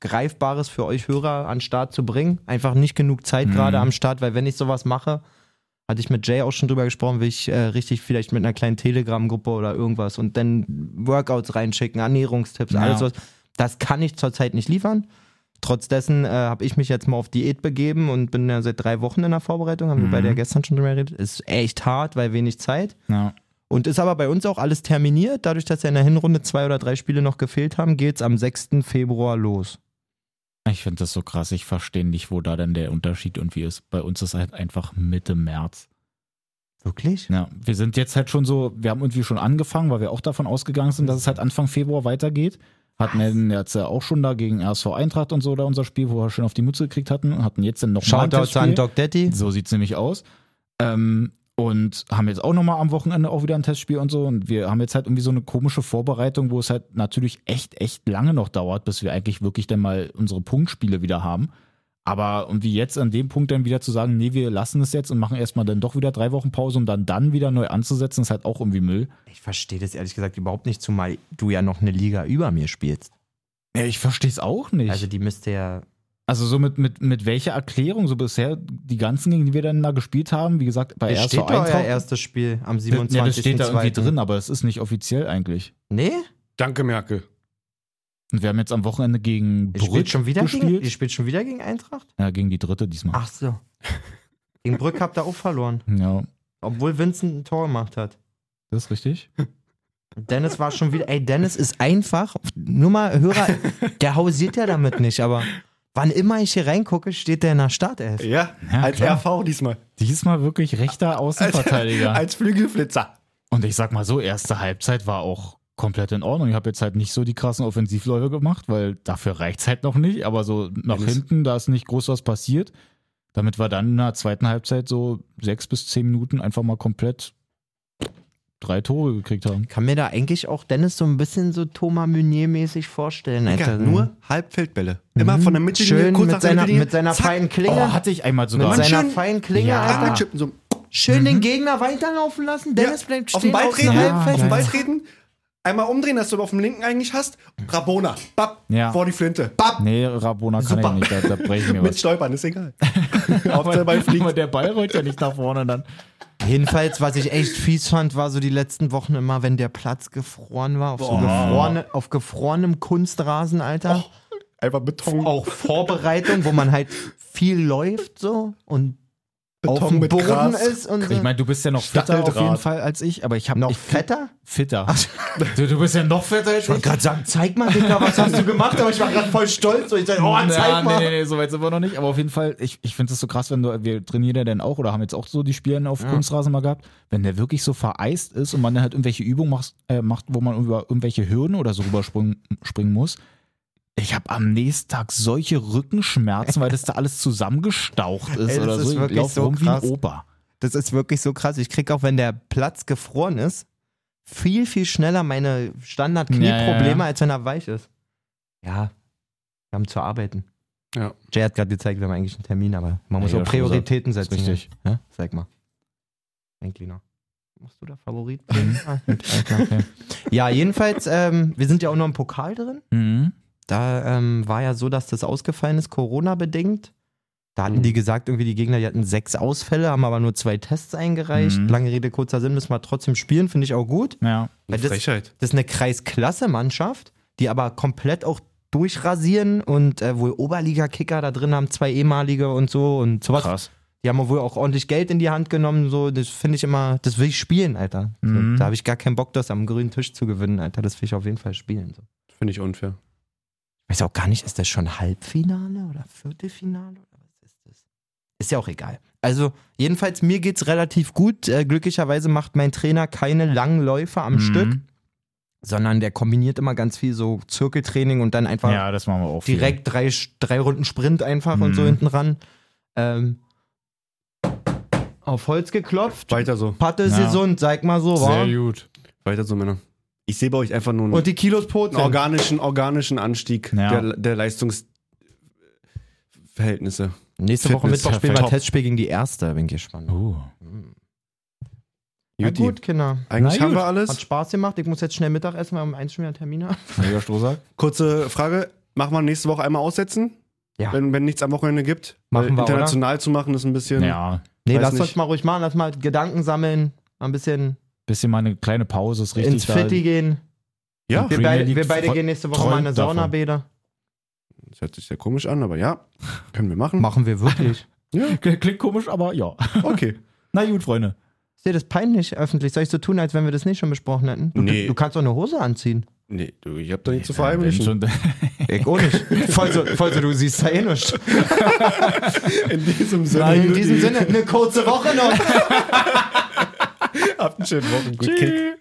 Greifbares für euch Hörer an den Start zu bringen. Einfach nicht genug Zeit Mhm. gerade am Start, weil wenn ich sowas mache, hatte ich mit Jay auch schon drüber gesprochen, will ich äh, richtig vielleicht mit einer kleinen Telegram-Gruppe oder irgendwas und dann Workouts reinschicken, Ernährungstipps, Ja. alles was. Das kann ich zurzeit nicht liefern. Trotz dessen äh, habe ich mich jetzt mal auf Diät begeben und bin ja seit drei Wochen in der Vorbereitung, haben wir bei Mhm. der gestern schon drüber geredet. Ist echt hart, weil wenig Zeit. Ja. Und ist aber bei uns auch alles terminiert. Dadurch, dass ja in der Hinrunde zwei oder drei Spiele noch gefehlt haben, geht's am 6. Februar los. Ich finde das so krass. Ich verstehe nicht, wo da denn der Unterschied irgendwie ist. Bei uns ist halt einfach Mitte März. Wirklich? Ja, wir sind jetzt halt schon so, wir haben irgendwie schon angefangen, weil wir auch davon ausgegangen sind, dass es halt Anfang Februar weitergeht. Hatten wir jetzt ja auch schon da gegen RSV Eintracht und so da unser Spiel, wo wir schön auf die Mütze gekriegt hatten. und Hatten jetzt dann noch mal ein Shoutouts Testspiel. an Doc Daddy. So sieht es nämlich aus. Ähm, und haben jetzt auch nochmal am Wochenende auch wieder ein Testspiel und so. Und wir haben jetzt halt irgendwie so eine komische Vorbereitung, wo es halt natürlich echt, echt lange noch dauert, bis wir eigentlich wirklich dann mal unsere Punktspiele wieder haben. Aber und wie jetzt an dem Punkt dann wieder zu sagen, nee, wir lassen es jetzt und machen erstmal dann doch wieder drei Wochen Pause, um dann dann wieder neu anzusetzen, ist halt auch irgendwie Müll. Ich verstehe das ehrlich gesagt überhaupt nicht, zumal du ja noch eine Liga über mir spielst. Ja, ich verstehe es auch nicht. Also Also, die müsste ja. so mit, mit, mit welcher Erklärung so bisher die ganzen, gegen die wir dann da gespielt haben, wie gesagt, bei Es RSV steht doch euer Eintracht. erstes Spiel am ja, das 27. steht da irgendwie drin, aber es ist nicht offiziell eigentlich. Nee? Danke, Merkel. Und wir haben jetzt am Wochenende gegen Ihr spielt Brück schon wieder gegen, ihr gespielt. spielt schon wieder gegen Eintracht? Ja, gegen die dritte diesmal. Ach so. Gegen Brück habt ihr auch verloren. Ja, Obwohl Vincent ein Tor gemacht hat. das ist richtig. Dennis war schon wieder. Ey, Dennis ist einfach. Nur mal Hörer, der hausiert ja damit nicht, aber wann immer ich hier reingucke, steht der in der Startelf. Ja, Ja, als klar. RV diesmal. Diesmal wirklich rechter Außenverteidiger. als Flügelflitzer. Und ich sag mal so, erste Halbzeit war auch komplett in Ordnung. Ich habe jetzt halt nicht so die krassen Offensivläufe gemacht, weil dafür reicht's halt noch nicht. Aber so nach Alles. hinten, da ist nicht groß was passiert. Damit wir dann in der zweiten Halbzeit so sechs bis zehn Minuten einfach mal komplett drei Tore gekriegt haben. Kann mir da eigentlich auch Dennis so ein bisschen so Thomas Meunier-mäßig vorstellen. Ja, Alter. nur Halbfeldbälle. Immer Mhm. von der Mitte Schön mit seiner, mit seiner feinen Ah. Oh, Klinge. hatte ich einmal mit sogar. Mann, seiner schön- feinen Klinge, Ja. Alter. Angechippen, so Schön den Gegner weiterlaufen lassen. Dennis Ja, bleibt auf den stehen Ball auf dem treten, auf den Halbfeld. Ball treten, einmal umdrehen, dass du auf dem linken eigentlich hast. Rabona, bap, Ja. vor die Flinte, bap, Nee, Rabona kann Super. ich nicht, da, da breche ich mir mit was. Stolpern, ist egal. Hauptsache der Ball fliegt. Aber der Ball rollt ja nicht nach vorne dann. Jedenfalls, was ich echt fies fand, war so die letzten Wochen immer, wenn der Platz gefroren war. Auf, so gefrorene, auf gefrorenem Kunstrasen, Alter. Oh. Einfach Beton, auch Vorbereitung, wo man halt viel läuft so und auf Beton dem mit Boden Gras. ist und so. Ich meine, du bist ja noch fitter auf Stacheldraht. jeden Fall als ich, aber ich habe noch ich, fetter? fitter. Du, du bist ja noch fetter als Ich wollte gerade sagen, zeig mal, Dicker, was hast du gemacht? Aber ich war gerade voll stolz und ich sage, oh, Na, zeig mal. Nee, nee, nee, so weit sind wir noch nicht. Aber auf jeden Fall, ich, ich finde es so krass, wenn du, wir trainieren ja dann auch oder haben jetzt auch so die Spiele auf Kunstrasen mal gehabt, wenn der wirklich so vereist ist und man dann halt irgendwelche Übungen macht, äh, macht wo man über irgendwelche Hürden oder so rüberspringen springen muss. Ich habe am nächsten Tag solche Rückenschmerzen, weil das da alles zusammengestaucht ist Ey, das oder ist so. Ich wirklich laufe so rum wie ein krass. Opa. Das ist wirklich so krass. Ich krieg auch, wenn der Platz gefroren ist, viel, viel schneller meine Standard-Knieprobleme, Ja, ja, ja. als wenn er weich ist. Ja, wir haben zu arbeiten. Ja. Jay hat gerade gezeigt, wir haben eigentlich einen Termin, aber man muss Ja, auch Schlosser. Prioritäten setzen. ne? Ist richtig. Ja? Sag mal. Enkliner. Musst du der Favorit? Mhm. Okay. ja, jedenfalls, ähm, wir sind ja auch noch im Pokal drin. mhm. Da ähm, war ja so, dass das ausgefallen ist, Corona-bedingt. Da hatten Mhm. die gesagt, irgendwie die Gegner, die hatten sechs Ausfälle, haben aber nur zwei Tests eingereicht. Mhm. Lange Rede, kurzer Sinn, müssen wir trotzdem spielen, finde ich auch gut. Ja. Weil das, Frechheit. das ist eine Kreisklasse-Mannschaft, die aber komplett auch durchrasieren und äh, wohl Oberliga-Kicker da drin haben, zwei ehemalige und so und sowas. Krass. Die haben wohl auch ordentlich Geld in die Hand genommen, so, das finde ich immer, das will ich spielen, Alter. So, Mhm. Da habe ich gar keinen Bock, das am grünen Tisch zu gewinnen, Alter. Das will ich auf jeden Fall spielen. So. Finde ich unfair. Ich weiß auch gar nicht, ist das schon Halbfinale oder Viertelfinale oder was ist das? Ist ja auch egal. Also, jedenfalls, mir geht's relativ gut. Äh, glücklicherweise macht mein Trainer keine langen Läufe am Mhm. Stück, sondern der kombiniert immer ganz viel so Zirkeltraining und dann einfach Ja, das machen wir auch. viel. direkt drei, Sch- drei Runden Sprint einfach und so Mhm. hinten ran. Ähm, auf Holz geklopft. Weiter so, Patte ist Ja. gesund, sag mal so, wa? Sehr gut. weiter so, Männer. Ich sehe bei euch einfach nur einen, Und die Kilos einen Pozen. organischen, organischen Anstieg Ja. der, der Leistungsverhältnisse. Nächste Woche Fitness Mittwoch spielen wir perfekt. Oh, Testspiel gegen die Erste, bin ich gespannt. Uh. Ja, Juti. gut, Kinder. Eigentlich Na haben gut. wir Hat alles. Spaß gemacht. Ich muss jetzt schnell Mittag essen, weil um eins schon wieder Termine. Holger Strohsack. Kurze Frage. Machen wir nächste Woche einmal aussetzen? Ja. Wenn, wenn nichts am Wochenende gibt. Weil Machen wir, international zu machen ist ein bisschen. Ja, Nee, Weiß lass nicht. uns mal ruhig machen. Lass mal Gedanken sammeln. Mal ein bisschen bisschen mal eine kleine Pause ist richtig. ins da- Fitti gehen. ja, Wir, Premier beide, League wir beide voll- gehen nächste Woche mal in eine träumt davon. Saunabäder. das hört sich sehr komisch an, aber ja, können wir machen. Machen wir wirklich. Ja, Klingt komisch, aber ja. okay. Na gut, Freunde. Ist dir das peinlich öffentlich? Soll ich so tun, als wenn wir das nicht schon besprochen hätten? Du, Nee. du, du kannst auch eine Hose anziehen. Nee, du, ich hab da nichts zu Wenn verheimlichen. schon- Ich auch nicht. voll, so, voll so, du siehst da eh nichts. In diesem Sinne. Nein, in Juti. diesem Sinne, eine kurze Woche noch. Habt einen schönen Wochen. Gut Kick.